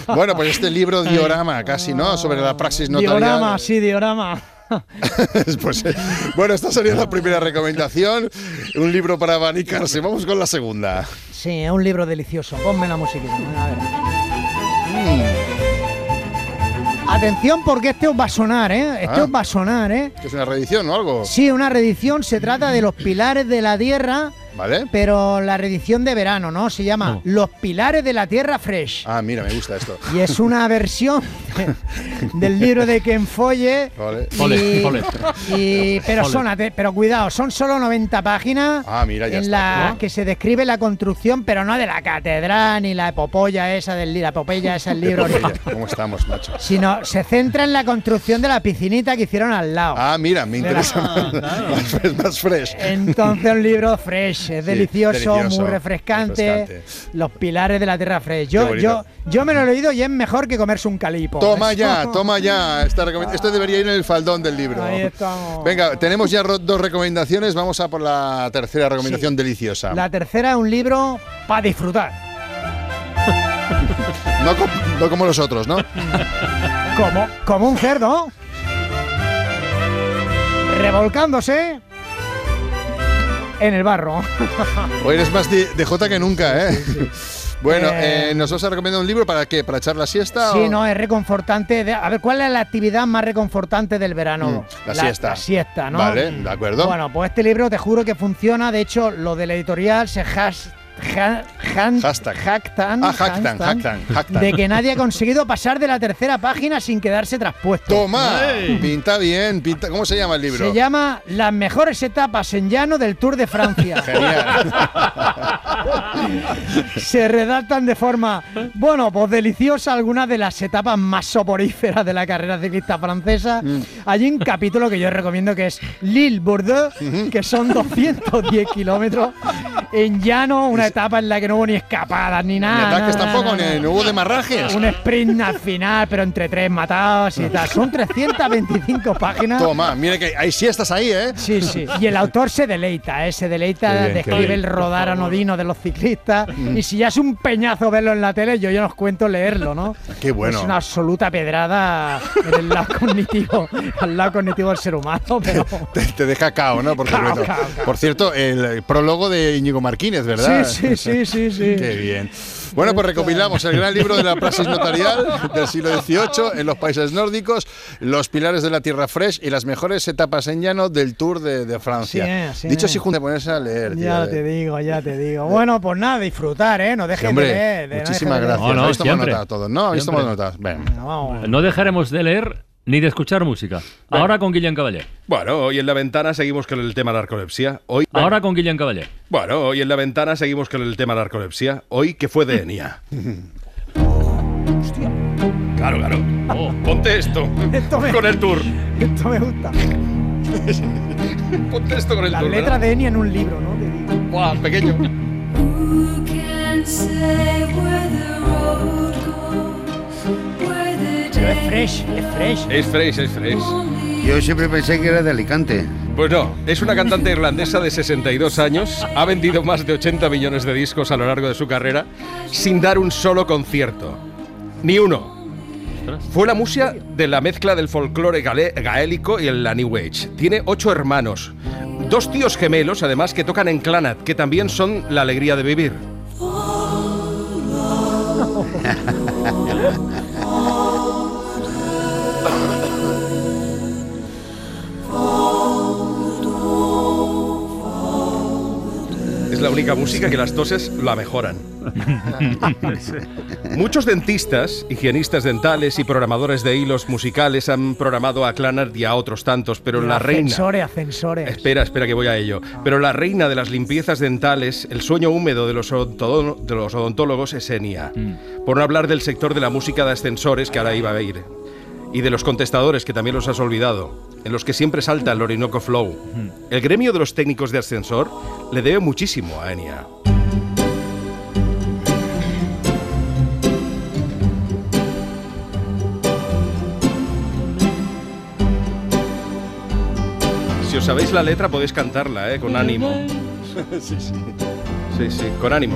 Bueno, pues este libro diorama, casi, ¿no? Sobre la praxis notarial.
diorama, sí, diorama.
Pues, eh, bueno, esta sería la primera recomendación. Un libro para abanicarse. Vamos con la segunda.
Sí, es un libro delicioso. Ponme la musiquita. a ver.
Mm.
Atención porque este os va a sonar, ¿eh? Este
Ah. Oh.
os va a sonar, ¿eh?
¿Que es una reedición o algo?
Sí, una reedición se trata de los pilares de la tierra,
¿Vale?
pero la reedición de verano, ¿no? Se llama Los pilares de la tierra fresh.
Ah, mira, me gusta esto.
Y es una versión del libro de Ken Folle.
Ole.
Y- y- pero,
Ole.
son, ate- pero cuidado, son solo 90 páginas
Ah, mira, ya
en
está.
las que se describe la construcción, pero no de la catedral ni la epopoya esa del li- la epopeya esa del libro,
Epopeya,
original,
¿Cómo estamos, macho?
sino se centra en la construcción de la piscinita que hicieron al lado.
Ah, mira, me interesa más,
Ah,
más, fres- más fresh.
Entonces un libro fresh, es
Sí,
delicioso,
delicioso,
muy refrescante,
refrescante.
Los pilares de la tierra fresh.
Qué
Yo,
bonito.
yo, yo me lo he leído y es mejor que comerse un calipo.
Toma
Eso-
ya, toma ya. Esta recomend- Esto debería ir en el faldón del libro.
Ahí estamos.
Venga, tenemos ya ro- dos recomendaciones. Vamos a por la tercera recomendación deliciosa.
La tercera es un libro para disfrutar.
No, com- no como los otros, ¿no?
Como, como un cerdo. Revolcándose en el barro.
Hoy eres más de, de Jota que nunca, ¿eh? Bueno,
Eh,
eh, ¿nos vas a recomendar un libro para qué? ¿Para echar la siesta?
Sí,
o-
no, eh. es reconfortante. De- a ver, ¿cuál es la actividad más reconfortante del verano?
Mm, la siesta.
La siesta, ¿no?
Vale, de acuerdo.
Bueno, pues este libro te juro que funciona. De hecho, lo de la editorial se has, ha- han-
Hashtag.
jactan-
Ah, jactan,
jactan
jactan, jactan.
de que nadie ha conseguido pasar de la tercera página sin quedarse traspuesto.
Toma, pinta bien, pinta. ¿Cómo se llama el libro?
Se llama Las mejores etapas en llano del Tour de Francia.
Genial.
Se redactan de forma, bueno, pues deliciosa algunas de las etapas más soporíferas de la carrera ciclista francesa.
Mm.
Hay un capítulo que yo recomiendo que es Lille-Bordeaux, que son 210 kilómetros en llano, una etapa en la que no hubo ni escapadas ni nada.
ataques
nada,
tampoco,
nada,
ni-
nada.
no hubo demarrajes.
Un sprint al final, pero entre tres matados y tal. Son 325 páginas.
Toma, mira que hay siestas ahí, ¿eh?
Sí, sí. Y el autor se deleita, ¿eh? se deleita,
Qué bien, qué
describe
bien.
el rodar anodino de los ciclistas. Y si ya es un peñazo verlo en la tele, yo ya nos cuento leerlo, ¿no?
Qué bueno.
Es una absoluta pedrada en el lado cognitivo, al lado cognitivo del ser humano, pero.
Te, te deja cao, ¿no? Por,
Cao,
completo.
cao, cao.
Por cierto, el prólogo de Íñigo Martínez, ¿verdad?
Sí, sí, sí, sí, sí.
Qué bien. Bueno, pues recopilamos el gran libro de la praxis notarial del siglo XVIII en los países nórdicos, Los pilares de la tierra fresh y las mejores etapas en llano del Tour de, de Francia.
Así es, así
Dicho
es.
así, junto a ponerse a leer. tío,
eh, Ya
eh.
te digo, ya te digo. Bueno, pues nada, disfrutar, ¿eh? No
Sí,
dejes
hombre,
de leer. de- no dejes de
muchísimas
leer.
gracias.
No, no,
Habéis tomado
siempre.
nota todos, ¿no? Habéis tomado
Siempre.
notas. Venga.
No dejaremos de leer ni de escuchar música. Ahora con Guillén Caballé.
Bueno, hoy en la ventana seguimos con el tema de la narcolepsia. Hoy,
Ahora con Guillén Caballé.
Bueno, hoy en la ventana seguimos con el tema de la narcolepsia. Hoy, que fue de Enia? Claro, claro. Ponte esto. Con el tour.
Esto me gusta.
Ponte esto con el
Las
tour. ¿verdad?
letras de Eni en un libro, ¿no? Te digo.
Buah, pequeño.
Who can say where the road goes? Pero es fresh, es fresh.
Es fresh, es fresh.
Yo siempre pensé que era de Alicante.
Pues no, es una cantante irlandesa de 62 años, ha vendido más de 80 millones de discos a lo largo de su carrera sin dar un solo concierto. Ni uno. Fue la musia de la mezcla del folclore gale- gaélico y el la New Age. Tiene ocho hermanos. Dos tíos gemelos, además, que tocan en Clanat, que también son la alegría de vivir. Es la única música que las toses la mejoran. Muchos dentistas, higienistas dentales y programadores de hilos musicales han programado a Clanart y a otros tantos, pero la reina.
Ascensores, ascensores.
Espera, espera que voy a ello. Pero la reina de las limpiezas dentales, el sueño húmedo de los, odontodo- de los odontólogos es Enya. Por no hablar del sector de la música de ascensores que ahora iba a ir. Y de los contestadores que también los has olvidado, en los que siempre salta el Orinoco Flow. El gremio de los técnicos de ascensor le debe muchísimo a Enya. Si os sabéis la letra podéis cantarla, ¿eh? Con ánimo. sí, sí. Sí, sí, con ánimo.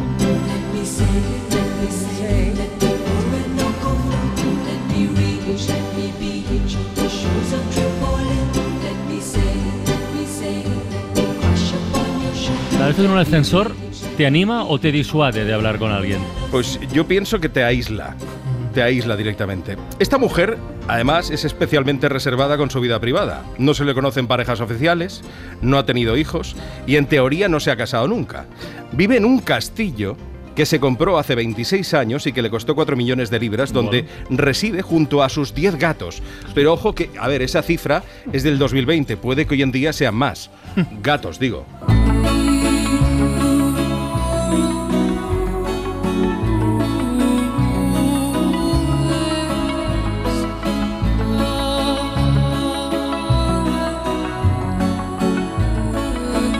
Claro, esto en un ascensor te anima o te disuade de hablar con alguien.
Pues yo pienso que te aísla. Te aísla directamente. Esta mujer, además, es especialmente reservada con su vida privada. No se le conocen parejas oficiales, no ha tenido hijos y en teoría no se ha casado nunca. Vive en un castillo que se compró hace 26 años y que le costó 4 millones de libras, donde reside junto a sus 10 gatos. Pero ojo que, a ver, esa cifra es del 2020, puede que hoy en día sean más. Gatos, digo.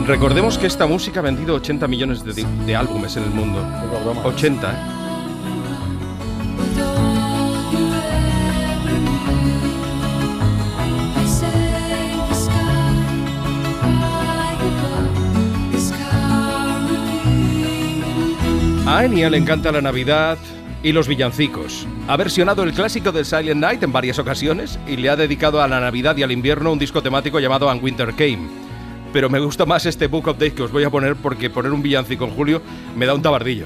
Recordemos que esta música ha vendido 80 millones de, di- de álbumes en el mundo. 80. ¿eh? ¿eh? A Enya le encanta la Navidad y los villancicos. Ha versionado el clásico de Silent Night en varias ocasiones y le ha dedicado a la Navidad y al invierno un disco temático llamado And Winter Came. Pero me gusta más este book update que os voy a poner porque poner un villancico en julio me da un tabardillo.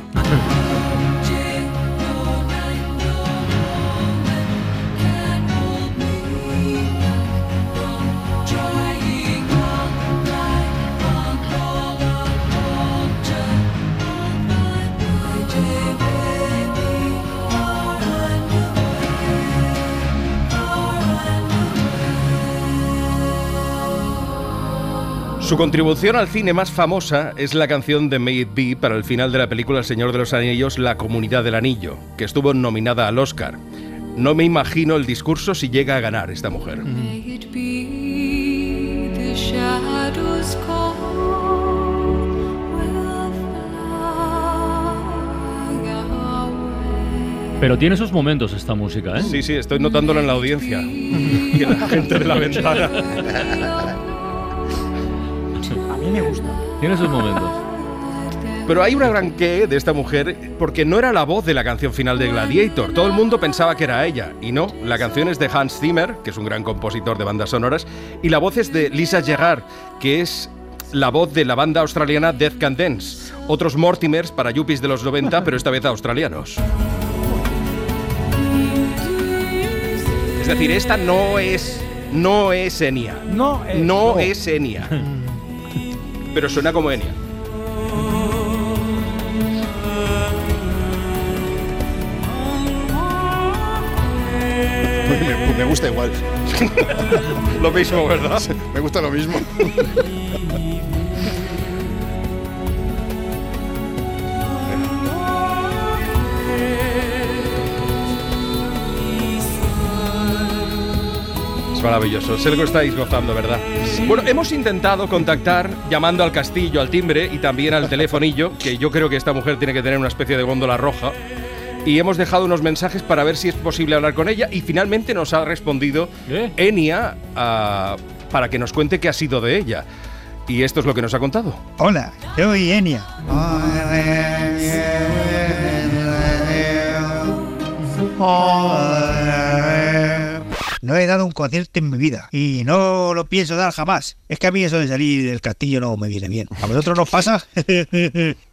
Su contribución al cine más famosa es la canción de May It Be para el final de la película El Señor de los Anillos, La Comunidad del Anillo, que estuvo nominada al Oscar. No me imagino el discurso si llega a ganar esta mujer.
May it be the shadows call will fly away.
Pero tiene esos momentos esta música, ¿eh?
Sí, sí, estoy notándolo en la audiencia y en la gente de la ventana.
A mí me gusta. Tiene esos momentos.
Pero hay una gran que de esta mujer porque no era la voz de la canción final de Gladiator. Todo el mundo pensaba que era ella y no. La canción es de Hans Zimmer, que es un gran compositor de bandas sonoras, y la voz es de Lisa Gerrard, que es la voz de la banda australiana Death Can Dance. Otros Mortimers para yuppies de los 90, pero esta vez australianos. Es decir, esta no es no es Enya.
No es,
no es Enya. Pero suena como Enya.
Me, me gusta igual.
lo mismo, ¿verdad?
Me gusta lo mismo.
Es maravilloso, sé lo que estáis gozando, ¿verdad? Bueno, hemos intentado contactar llamando al castillo, al timbre y también al telefonillo, que yo creo que esta mujer tiene que tener una especie de góndola roja. y hemos dejado unos mensajes para ver si es posible hablar con ella y finalmente nos ha respondido Enia ah, para que nos cuente qué ha sido de ella. Y esto es lo que nos ha contado.
Hola, soy Enia. No he dado un concierto en mi vida y no lo pienso dar jamás. Es que a mí eso de salir del castillo no me viene bien. ¿A vosotros nos pasa?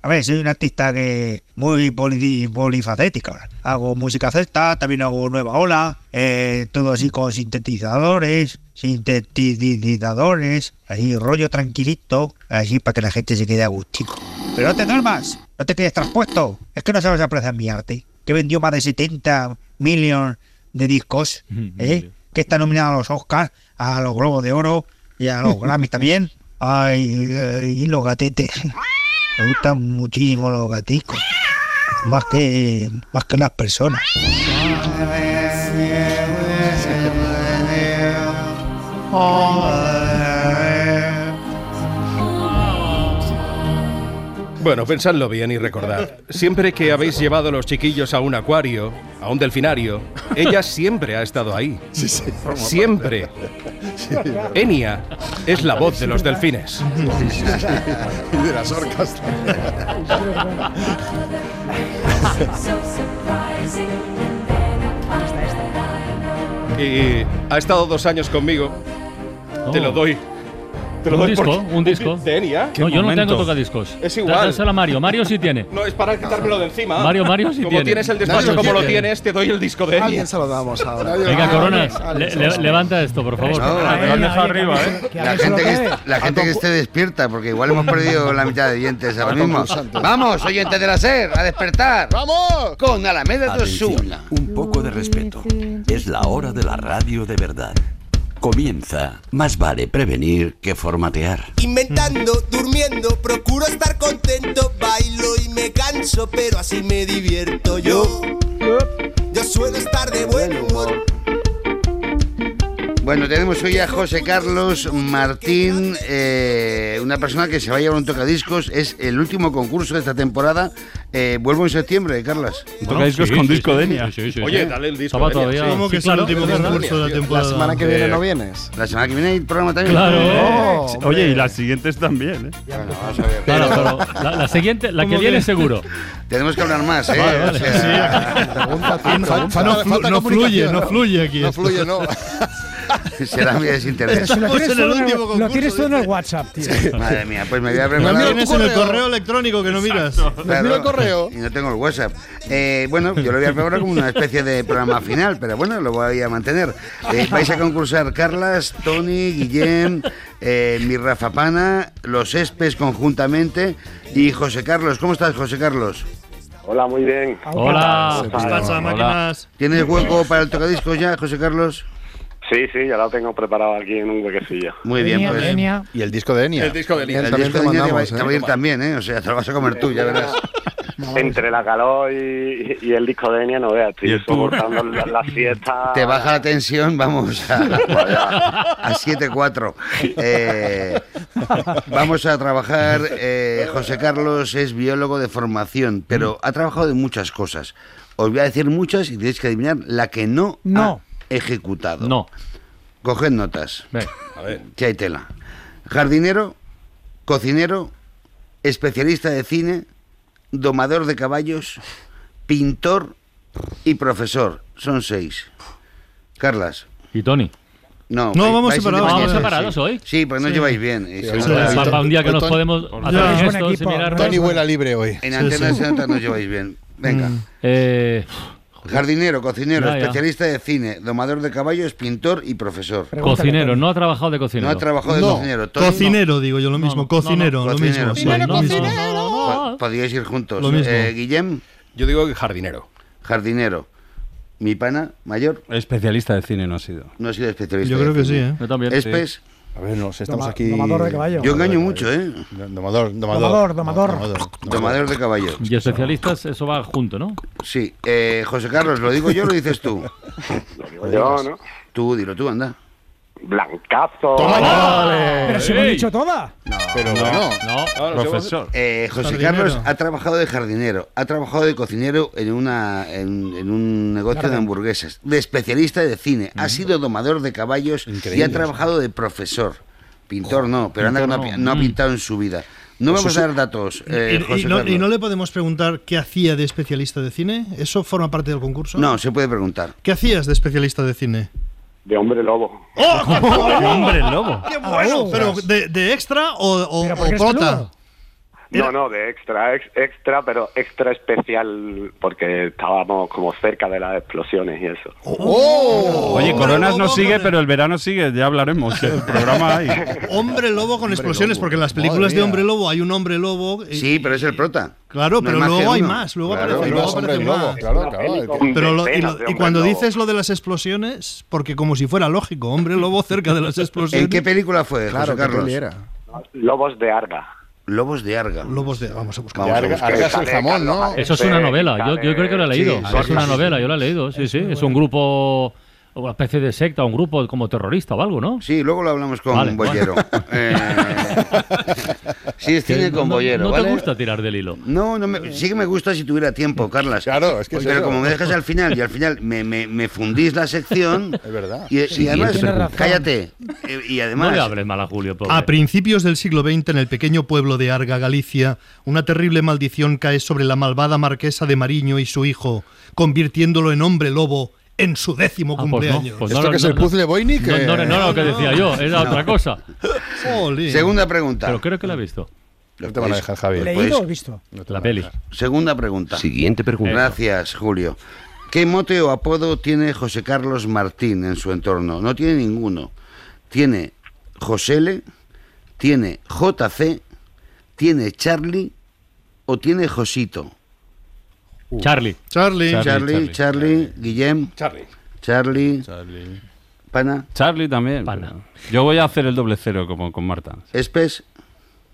a ver, soy un artista que muy poli- polifacética. Hago música celta, también hago nueva ola, eh, todo así con sintetizadores, sintetizadores, así rollo tranquilito, así para que la gente se quede a gustico. Pero no te duermas, no te quedes traspuesto. Es que no sabes apreciar mi arte, que vendió más de 70 millones de discos, ¿eh? que está nominado a los Oscars, a los Globos de Oro y a los Grammys también. Ay, eh, y los gatetes. Me gustan muchísimo los gaticos. Más que, más que las personas.
Bueno, pensadlo bien y recordad. Siempre que habéis llevado a los chiquillos a un acuario, a un delfinario, ella siempre ha estado ahí. Siempre. Enia es la voz de los delfines.
y de las orcas.
Y ha estado dos años conmigo. Te lo doy. Te lo
Oh. un
doy
disco,
porque-
un disco.
¿De Enia?
No, yo no tengo tocadiscos.
Es igual.
Dáselo a Mario. Mario sí tiene.
No, es para quitármelo de encima.
Mario, Mario sí
Como
tiene.
tienes el
Nadie
despacho
lo
como lo
quiere.
tienes, te doy el disco de Enia.
Alguien se lo damos ahora.
Venga, Coronas, le- le- levanta esto, por favor.
No,
Ah,
la-
lo han dejado
la-
arriba, ¿eh?
La gente, que, est- la gente que esté despierta, porque igual hemos perdido la mitad de dientes ahora mismo. Vamos, oyentes de la SER, a despertar. ¡Vamos! Con Alameda de Osuna.
un poco de respeto. Es la hora de la radio de verdad. Comienza. Más vale prevenir que formatear.
Inventando, durmiendo, procuro estar contento, bailo y me canso, pero así me divierto yo. Yo suelo estar de buen humor.
Bueno, tenemos hoy a José Carlos Martín, eh, una persona que se va a llevar un tocadiscos. Es el último concurso de esta temporada. Eh, vuelvo en septiembre, Carlos.
Tocadiscos con disco de Enia.
Oye, dale el disco.
Estaba
de Enia,
todavía-
sí.
¿Cómo que es el último
dale el
concurso
disco
de la
Enia.
temporada? La semana que viene no
vienes.
La semana que viene hay programa también.
Claro.
Oh,
Sí.
hombre.
Oye, y las siguientes también, ¿eh?
Bueno, vamos a ver.
Claro, pero la- la siguiente- la que viene seguro.
Tenemos que hablar más, ¿eh?
Vale, vale.
Pregunta,
Fa- no flu- no fluye, no fluye aquí.
No
esto.
fluye, no. Será mi
Pero
desinterés.
si lo tienes, todo en el- lo
concurso,
tienes todo en el WhatsApp, tío.
Madre mía, pues me voy a
No
preparar.
tienes en el correo electrónico que no miras.
Claro, Y no tengo el WhatsApp. Eh, bueno, yo lo voy a preparar como una especie de programa final, pero bueno, lo voy a mantener. Eh, vais a concursar Carlas, Tony, Guillem, eh, mi Rafa Pana, los Espes conjuntamente y José Carlos. ¿Cómo estás, José Carlos?
Hola, muy bien.
Hola.
¿Qué pasa, máquinas?
¿Tienes hueco para el tocadiscos ya, José Carlos?
Sí, sí, ya lo tengo preparado aquí en un huequecillo.
Muy bien, pues.
Y el disco de Enia.
El disco de Enia.
El
También
disco
te
de Enya te va-
mandamos,
te va a
¿eh?
ir también, ¿eh? O sea, te lo vas a comer tú, ya verás.
Entre la calor y, y el disco de Enya, no veas, estoy soportando la, la siesta.
Ah,
Te baja la tensión, vamos a, a 7-4. Eh, vamos a trabajar. eh, José Carlos es biólogo de formación, pero ha trabajado en muchas cosas. Os voy a decir muchas y tenéis que adivinar la que no,
No.
ha ejecutado.
No.
Coged notas.
A ver.
Que hay tela. Jardinero, cocinero, especialista de cine, domador de caballos, pintor y profesor. Son seis. Carlas.
¿Y Tony?
No,
No,
vais-
vamos
vais
separados.
independientes,
Vamos separados
sí.
hoy.
Sí, pues no
Sí.
lleváis bien. Pues
Sí, hoy se- Para- para un día que nos podemos hacer Ya. gestos Buen equipo. y mirarnos. Tony vuela
libre hoy.
En
Sí,
Antena
sí.
se nota, nos lleváis bien. Venga.
Eh,
Jardinero, cocinero,
Ya, ya.
especialista de cine, domador de caballos, pintor y profesor.
cocinero, no ha trabajado de cocinero.
No ha trabajado de cocinero. Tony,
Cocinero, digo yo lo mismo. Cocinero, lo mismo. sí, lo mismo.
Po- Podíais ir juntos.
Lo mismo.
Eh, Guillem.
Yo digo que jardinero.
Jardinero. Mi pana, mayor,
Especialista de cine no ha sido.
no ha sido especialista.
Yo creo
de
que
cine.
sí, ¿eh? Yo también, sí.
Espes.
A ver, nos estamos
Doma-
aquí.
domador de caballo. Yo engaño
Domador de
mucho, ¿eh?
caballo. Domador,
Domador,
domador.
domador. Domador de caballos.
Y especialistas, eso va junto, ¿no?
Sí. Eh, José Carlos, ¿lo digo yo o lo dices tú?
yo, ¿no?
Tú, dilo tú, anda.
blancazo.
Pero si lo he dicho toda.
Pero
no,
no,
profesor.
Eh, José
Jardinero.
Carlos ha trabajado de jardinero, ha trabajado de cocinero en, una, en, en un negocio
Jardín.
de hamburguesas, de especialista de cine, ha sido domador de caballos y
Increíble.
ha trabajado de profesor. Pintor no, pero anda que no,
pintor
ha pi-
no.
no ha
Mm.
pintado en su vida. No
Pues
vamos
eso-
a dar datos, eh,
¿Y- y,
José
no,
Carlos.
y no le podemos preguntar qué hacía de especialista de cine? ¿Eso forma parte del concurso?
No, se puede preguntar.
¿Qué hacías de especialista de cine?
De hombre lobo.
¡Hombre
lobo!
¡Qué bueno! Oh, ¿Pero de, de extra o, o, o prota?
No, no, de extra, ex- extra, pero extra especial porque estábamos como cerca de las explosiones y eso.
¡Oh!
Oye, Oh, Coronas no sigue, pero el verano sigue, ya hablaremos. ¿eh? El programa hay.
Hombre lobo con explosiones, porque en las películas
Madre
de
mía.
hombre lobo hay un hombre lobo. y-
Sí, pero es el prota. No
Claro, pero
más que
luego hay
uno.
más, luego
Claro,
aparece,
hay
luego
más
aparece
hombres lobo,
más.
claro, claro, hay que-
Pero lo- y,
decenas
lo-
de
y
hombres
cuando
lobo.
dices lo de las explosiones, porque como si fuera lógico, hombre lobo cerca de las explosiones.
¿En qué película fue, José Carlos?
Lobos de Arga.
Lobos de Arga.
Lobos de. Vamos a buscar.
Vamos a buscar.
Eso
Eso
es una novela, yo, yo creo que lo he leído. es una novela, yo la he leído, sí, sí. Es un grupo, una especie de secta, un grupo como terrorista o algo, ¿no?
Sí, luego lo hablamos con Bollero. Eh, sí, es cine
Que no-
con
no-
Bollero,
no te
¿vale?
gusta tirar del hilo.
No, no me- sí que me gusta si tuviera tiempo, Carlas. Claro, es
que es
Pero
eso.
como me dejas al final y al final me, me, me fundís la sección. Es verdad. Y, y
Sí,
además,
tienes razón.
cállate. eh, Y además.
no le hables mal a Julio, pobre.
A principios del siglo XX, en el pequeño pueblo de Arga, Galicia, una terrible maldición cae sobre la malvada marquesa de Mariño y su hijo, convirtiéndolo en hombre lobo en su décimo
Ah, pues no,
cumpleaños.
pues no, ¿Esto no, que es el no, puzzle no. Voynich, No, eh? no, no, no, lo que decía yo, era otra cosa.
Jolín.
Segunda pregunta.
Pero creo que la he visto.
No
te van a dejar, Javier.
¿Leído o visto?
La peli.
Segunda pregunta.
Siguiente pregunta.
Gracias, Julio. ¿Qué mote o apodo tiene José Carlos Martín en su entorno? No tiene ninguno. Tiene Josele, tiene JC, tiene Charlie o tiene Josito.
Charlie.
Charlie.
Charlie, Charlie,
Charlie,
Guillem.
Charlie.
Charlie. Pana.
Charlie también. Yo voy a hacer el doble cero como con Marta.
Espes.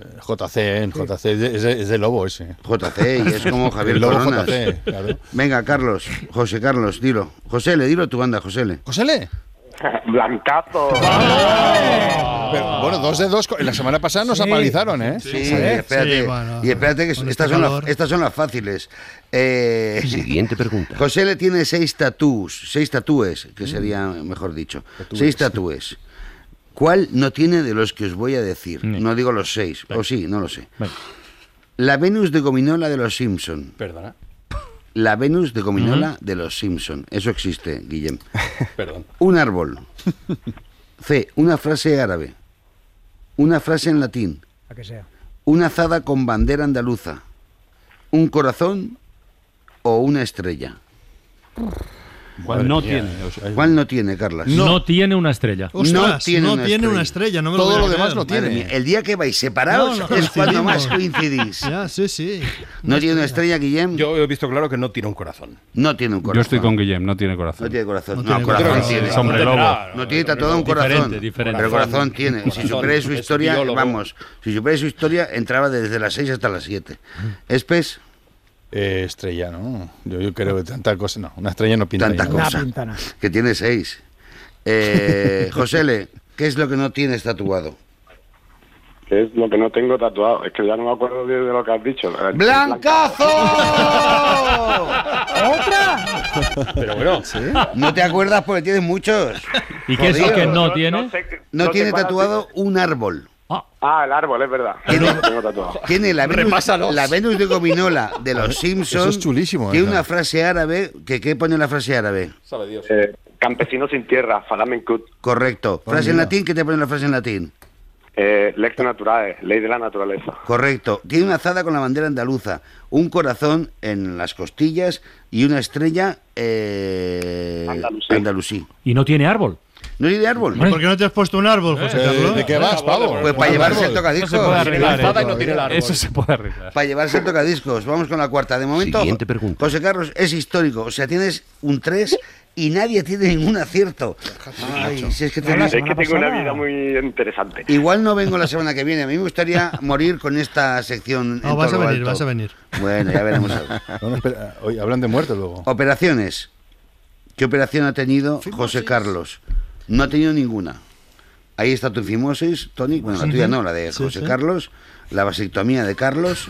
JC, en JC, es de, es de- es de lobo ese.
JC, y es como Javier
El lobo
Coronas.
JC, claro.
Venga, Carlos, José Carlos, dilo. Josele, dilo tú, anda, Josele.
¿Josele?
Blancazo.
¡Oh!
Pero, bueno, dos de dos. co- La semana pasada nos
Sí.
apalizaron, ¿eh?
Sí, este y espérate, y espérate que estas, son las, estas son las fáciles. Eh,
Siguiente pregunta.
José le tiene seis tatús, seis tatúes,
Mm.
que sería mejor dicho.
Tatúes.
Seis tatúes. ¿Cuál no tiene de los que os voy a decir? No digo los seis, o sí, no lo sé. La Venus de Gominola de los Simpson.
Perdona.
La Venus de Gominola de los Simpson. Eso existe, Guillem.
Perdón.
Un árbol. C. Una frase árabe. Una frase en latín.
La que sea.
Una azada con bandera andaluza. Un corazón o una estrella.
¿Cuál no tiene?
¿Cuál no tiene, Carlas?
No. tiene una estrella.
Ostras, no tiene una estrella, no me lo Todo voy a lo demás creer. no tiene.
Madre mía, el día que vais separados
No, no
es cuando
coincidimos.
más coincidís.
Ya, sí, sí.
¿No tiene una estrella, Guillem?
Yo he visto claro que no tiene un corazón.
No tiene un
Yo
corazón.
estoy con Guillem, no tiene corazón.
No tiene corazón. No,
No tiene
corazón
corazón.
tiene.
Es hombre
No
lobo.
tendrá. No tiene tatuado un corazón.
Diferente, diferente.
Pero corazón
Corazón.
tiene. Si
Corazón.
superáis su
Es
historia,
biólogo.
vamos. Si superáis su historia, eh, entraba desde las 6 hasta las 7. ¿Espes?
Eh, estrella, ¿no? Yo, yo creo que tanta cosa. No, una estrella no pinta.
Tanta
ahí, ¿no?
cosa. Que tiene 6. Eh, Josele, ¿qué es lo que no tienes tatuado?
Que es lo que no tengo tatuado. Es que ya no me acuerdo de, de lo que has dicho. Eh,
¡Blancazo!
Pero bueno,
No te acuerdas porque tienes muchos.
¿Y qué es lo
Jodido.
que no tiene?
No
no
tiene
te paras,
tatuado un árbol.
Ah, el árbol, es verdad. No lo tengo tatuado.
Tiene la Venus,
Repásalos.
la Venus de Gominola de los Simpsons.
eso es chulísimo,
Tiene
¿eh?
una frase árabe. que ¿Qué pone la frase árabe?
Eh, campesino sin tierra, falamen cut.
Correcto. ¿Frase en
mira.
latín? ¿Qué te pone la frase en latín?
Eh, lex naturae, ley de la naturaleza.
Correcto. Tiene una azada con la bandera andaluza, un corazón en las costillas y una estrella eh, andalusí.
Y no tiene árbol.
No tiene árbol.
¿Y ¿Por qué no te has puesto un árbol,
Eh,
José Carlos?
Eh, ¿de qué vas, pavo?
Pues para llevarse el tocadiscos.
eh,
¿eh?
Eso se puede arreglar.
Para llevarse el tocadiscos. Vamos con la cuarta. De momento,
Siguiente pregunta.
José Carlos es histórico. O sea, tienes un 3 y nadie tiene ningún acierto. Ay, si es que
es
tenés-
que tengo una vida muy interesante.
Igual no vengo la semana que viene. A mí me gustaría morir con esta sección.
No,
en
vas a
todo lo
venir,
alto.
vas a venir.
Bueno, ya veremos.
Bueno, espera, oye, hablan de muerte luego.
Operaciones. ¿Qué operación ha tenido José Carlos? No ha tenido ninguna. Ahí está tu fimosis, Tony. Bueno, la
Ujú.
tuya no, la de
Sí,
José
sí.
Carlos. La vasectomía de Carlos.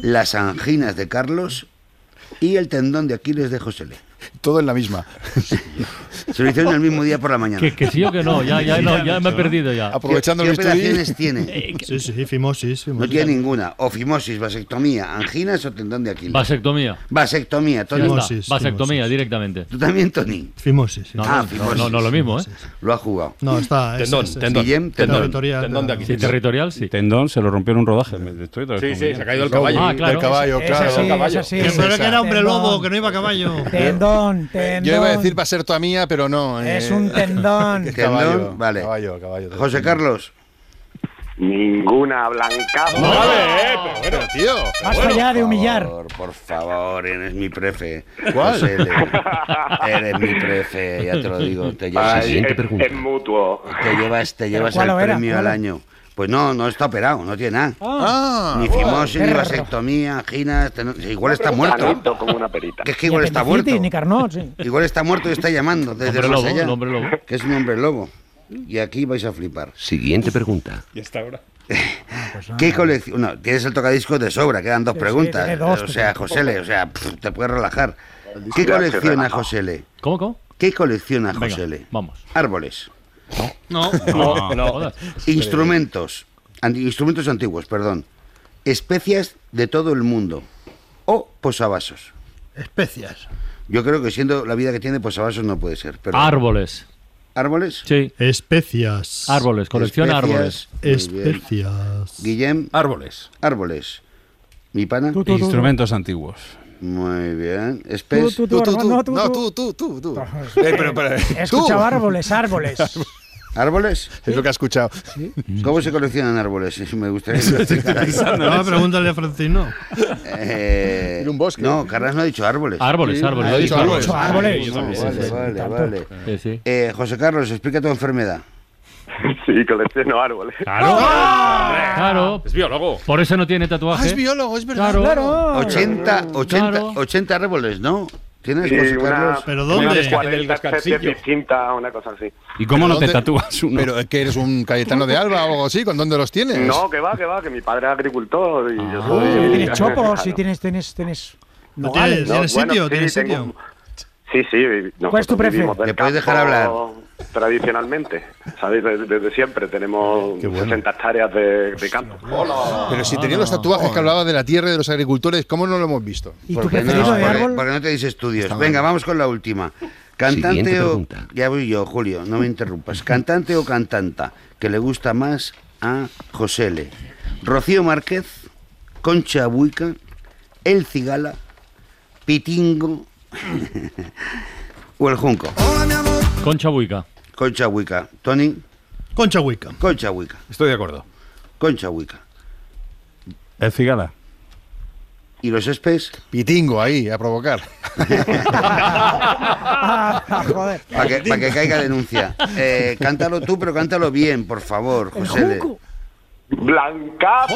Las anginas de Carlos. Y el tendón de Aquiles de José Le.
Todo en la misma.
Se lo hicieron el mismo día por la mañana.
Que- que sí o que no, ya- ya- no, ya me he perdido ya. Eh, Aprovechando
¿Qué,
el
qué
bisturí.
operaciones tiene?
Sí, sí, fimosis.
No tiene ninguna. O fimosis, vasectomía, anginas o tendón de Aquiles.
Vasectomía.
Vasectomía, Tony.
Ya está, Vasectomía directamente.
¿Tú también, Tony? Ah,
Fimosis. sí.
No, no, no, no, no lo mismo, ¿eh?
Lo ha jugado.
No, está- es- Tendón, es- es- tendón, Guillem, tendón, territorial, tendón de no. Aquiles.
Sí, territorial, sí. Tendón se lo rompió en un rodaje. me- estoy otra vez
Sí,
con-
sí, se ha caído el caballo.
Ah, claro.
Del caballo,
Ese-
claro,
ese sí,
del caballo.
ese sí.
Que pero que era hombre
Tendón.
lobo, que no iba a caballo.
Tendón, tendón.
Yo iba a
decir va a ser toda mía, pero no. eh.
Es un tendón.
Qué caballo,
Tendón, vale.
Caballo, caballo.
José Carlos.
Ninguna blanca.
No,
vale, pero bueno,
tío.
Más allá de humillar.
Por, por favor, eres mi prefe.
¿Cuál?
José Le. eres mi prefe, ya te lo digo. Te llevas,
Ay, es, es mutuo.
te llevas, te llevas
¿Cuál
el
era?
premio al
¿Cuál era?
año. Pues no, no está operado, no tiene nada.
Ah.
ni
Ah,
fimosis, ni
perro.
vasectomía, anginas. tendón- Igual está
Tanito
muerto.
como una perita.
Que es que igual está muerto.
Ni Carnot, sí.
Igual está muerto y está llamando desde
Hombre
más
lobo,
allá.
el hombre lobo.
Que es un hombre lobo. Y aquí vais a flipar.
Siguiente pregunta.
Y hasta ahora.
¿Qué colección? No, tienes el tocadiscos de sobra, quedan dos
Sí, sí,
preguntas.
tiene dos,
o sea,
pero-
Josele, o sea, pff, te puedes relajar.
disco
¿Qué
ya se
colecciona
relaja.
Josele?
¿Cómo, cómo?
¿Qué colecciona
Venga,
Josele?
Vamos.
Árboles.
No.
No, no. Joder.
Instrumentos. anti- instrumentos antiguos, perdón. Especias de todo el mundo. O posavasos.
Especias.
Yo creo que siendo la vida que tiene, posavasos no puede ser. Pero
Árboles.
¿Árboles?
Sí.
Especias.
Árboles, colecciona
Especias.
árboles.
Muy bien.
Especias.
Guillem.
Árboles.
Árboles. ¿Mi pana?
tú, tú. Instrumentos antiguos.
Muy bien. Espes.
Tú, tú, hermano, no, tú,
No,
tú.
tú, tú, tú, tú.
Eh, pero, pero, eh,
He escuchado
tú.
árboles, árboles.
¿Árboles?
Es lo que ha escuchado.
¿Cómo se coleccionan árboles? Eso Me gustaría que lo explicarais.
No, pregúntale a Francino.
Eh,
un bosque.
No, Carras no ha dicho árboles.
Árboles, Sí, árboles,
Ah,
ha dicho árboles.
Ah,
Árboles.
no,
Sí, sí,
vale,
sí.
vale,
Tanto.
vale.
Sí, sí.
Eh, José Carlos, explica tu enfermedad.
Sí,
este
colecciono árboles.
eh.
Claro. Claro.
¡Ah! Es biólogo.
Por eso no tiene tatuaje.
biólogo, Ah, es verdad.
Claro.
Claro.
80, 80, 80 árboles, ¿no? ¿Tienes,
Sí,
José
una-
Carlos?
¿Pero dónde? una de 40 especies distintas, una cosa así.
¿Y cómo no te
¿Dónde-
tatúas uno?
Pero es que eres un Cayetano de Alba o algo así, ¿con dónde los tienes?
No, que va, que va, que mi padre es agricultor y yo
Ah.
soy.
Si tienes chopos, si
Claro.
Oh, tienes, tienes, tienes.
No, ¿Tienes,
No,
tienes
bueno,
sitio?
sí,
¿Tienes
tengo-
sitio?
Sí, sí. nosotros
¿Cuál es tu prefe?
vivimos del
¿Me puedes dejar
campo
hablar?
Tradicionalmente, ¿sabéis? Desde, desde siempre
Ah,
tenemos 60 hectáreas de, de campo.
Pero si tenía los tatuajes que hablaba de la tierra y de los agricultores, ¿cómo no lo hemos visto?
Porque no,
preferido de
porque-
árbol?
porque no te dice estudios. Venga, vamos con la última. Cantante
Siguiente
o.
pregunta.
Ya voy yo, Julio, no me interrumpas. Cantante o cantanta que le gusta más a José L. Rocío Márquez, Concha Buica, El Cigala, Pitingo o El Junco.
Concha buica.
Concha Buica. Tony,
Concha Huica.
Concha Buica.
Estoy de acuerdo.
Concha Buica.
El cigala.
¿Y los espes?
Pitingo ahí, a provocar.
Ah, joder.
Para que, pa' que caiga denuncia. Eh, cántalo tú, pero cántalo bien, por favor, José L.
¡Blancazo!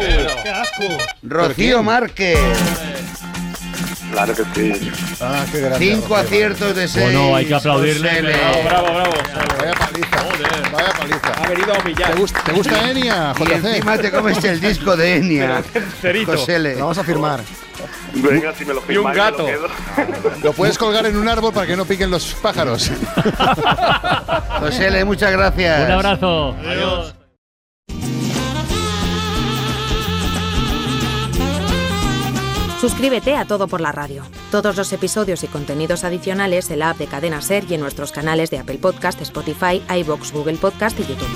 네.
¡Qué asco!
Rocío Márquez.
Claro que sí.
Ah, qué grande.
Cinco aciertos de seis.
Bueno, hay que aplaudirle.
José L.
Bravo, bravo, bravo.
Vaya paliza. Vaya paliza.
Ha venido a humillar.
¿Te gusta, te gusta Enia,
Y
JC?
encima te comes el disco de Enya.
Cerito.
José L.
Vamos a firmar.
Venga, si me lo
Y un
firmáis, me lo
gato.
quedo.
Lo puedes colgar en un árbol para que no piquen los pájaros.
José L, muchas gracias.
Un abrazo. Adiós.
Suscríbete a Todo por la Radio. Todos los episodios y contenidos adicionales en la app de Cadena Ser y en nuestros canales de Apple Podcast, Spotify, iBox, Google Podcast y YouTube.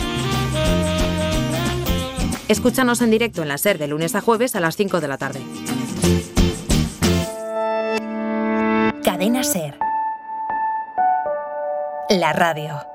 Escúchanos en directo en la Ser de lunes a jueves a las 5 de la tarde.
Cadena Ser. La radio.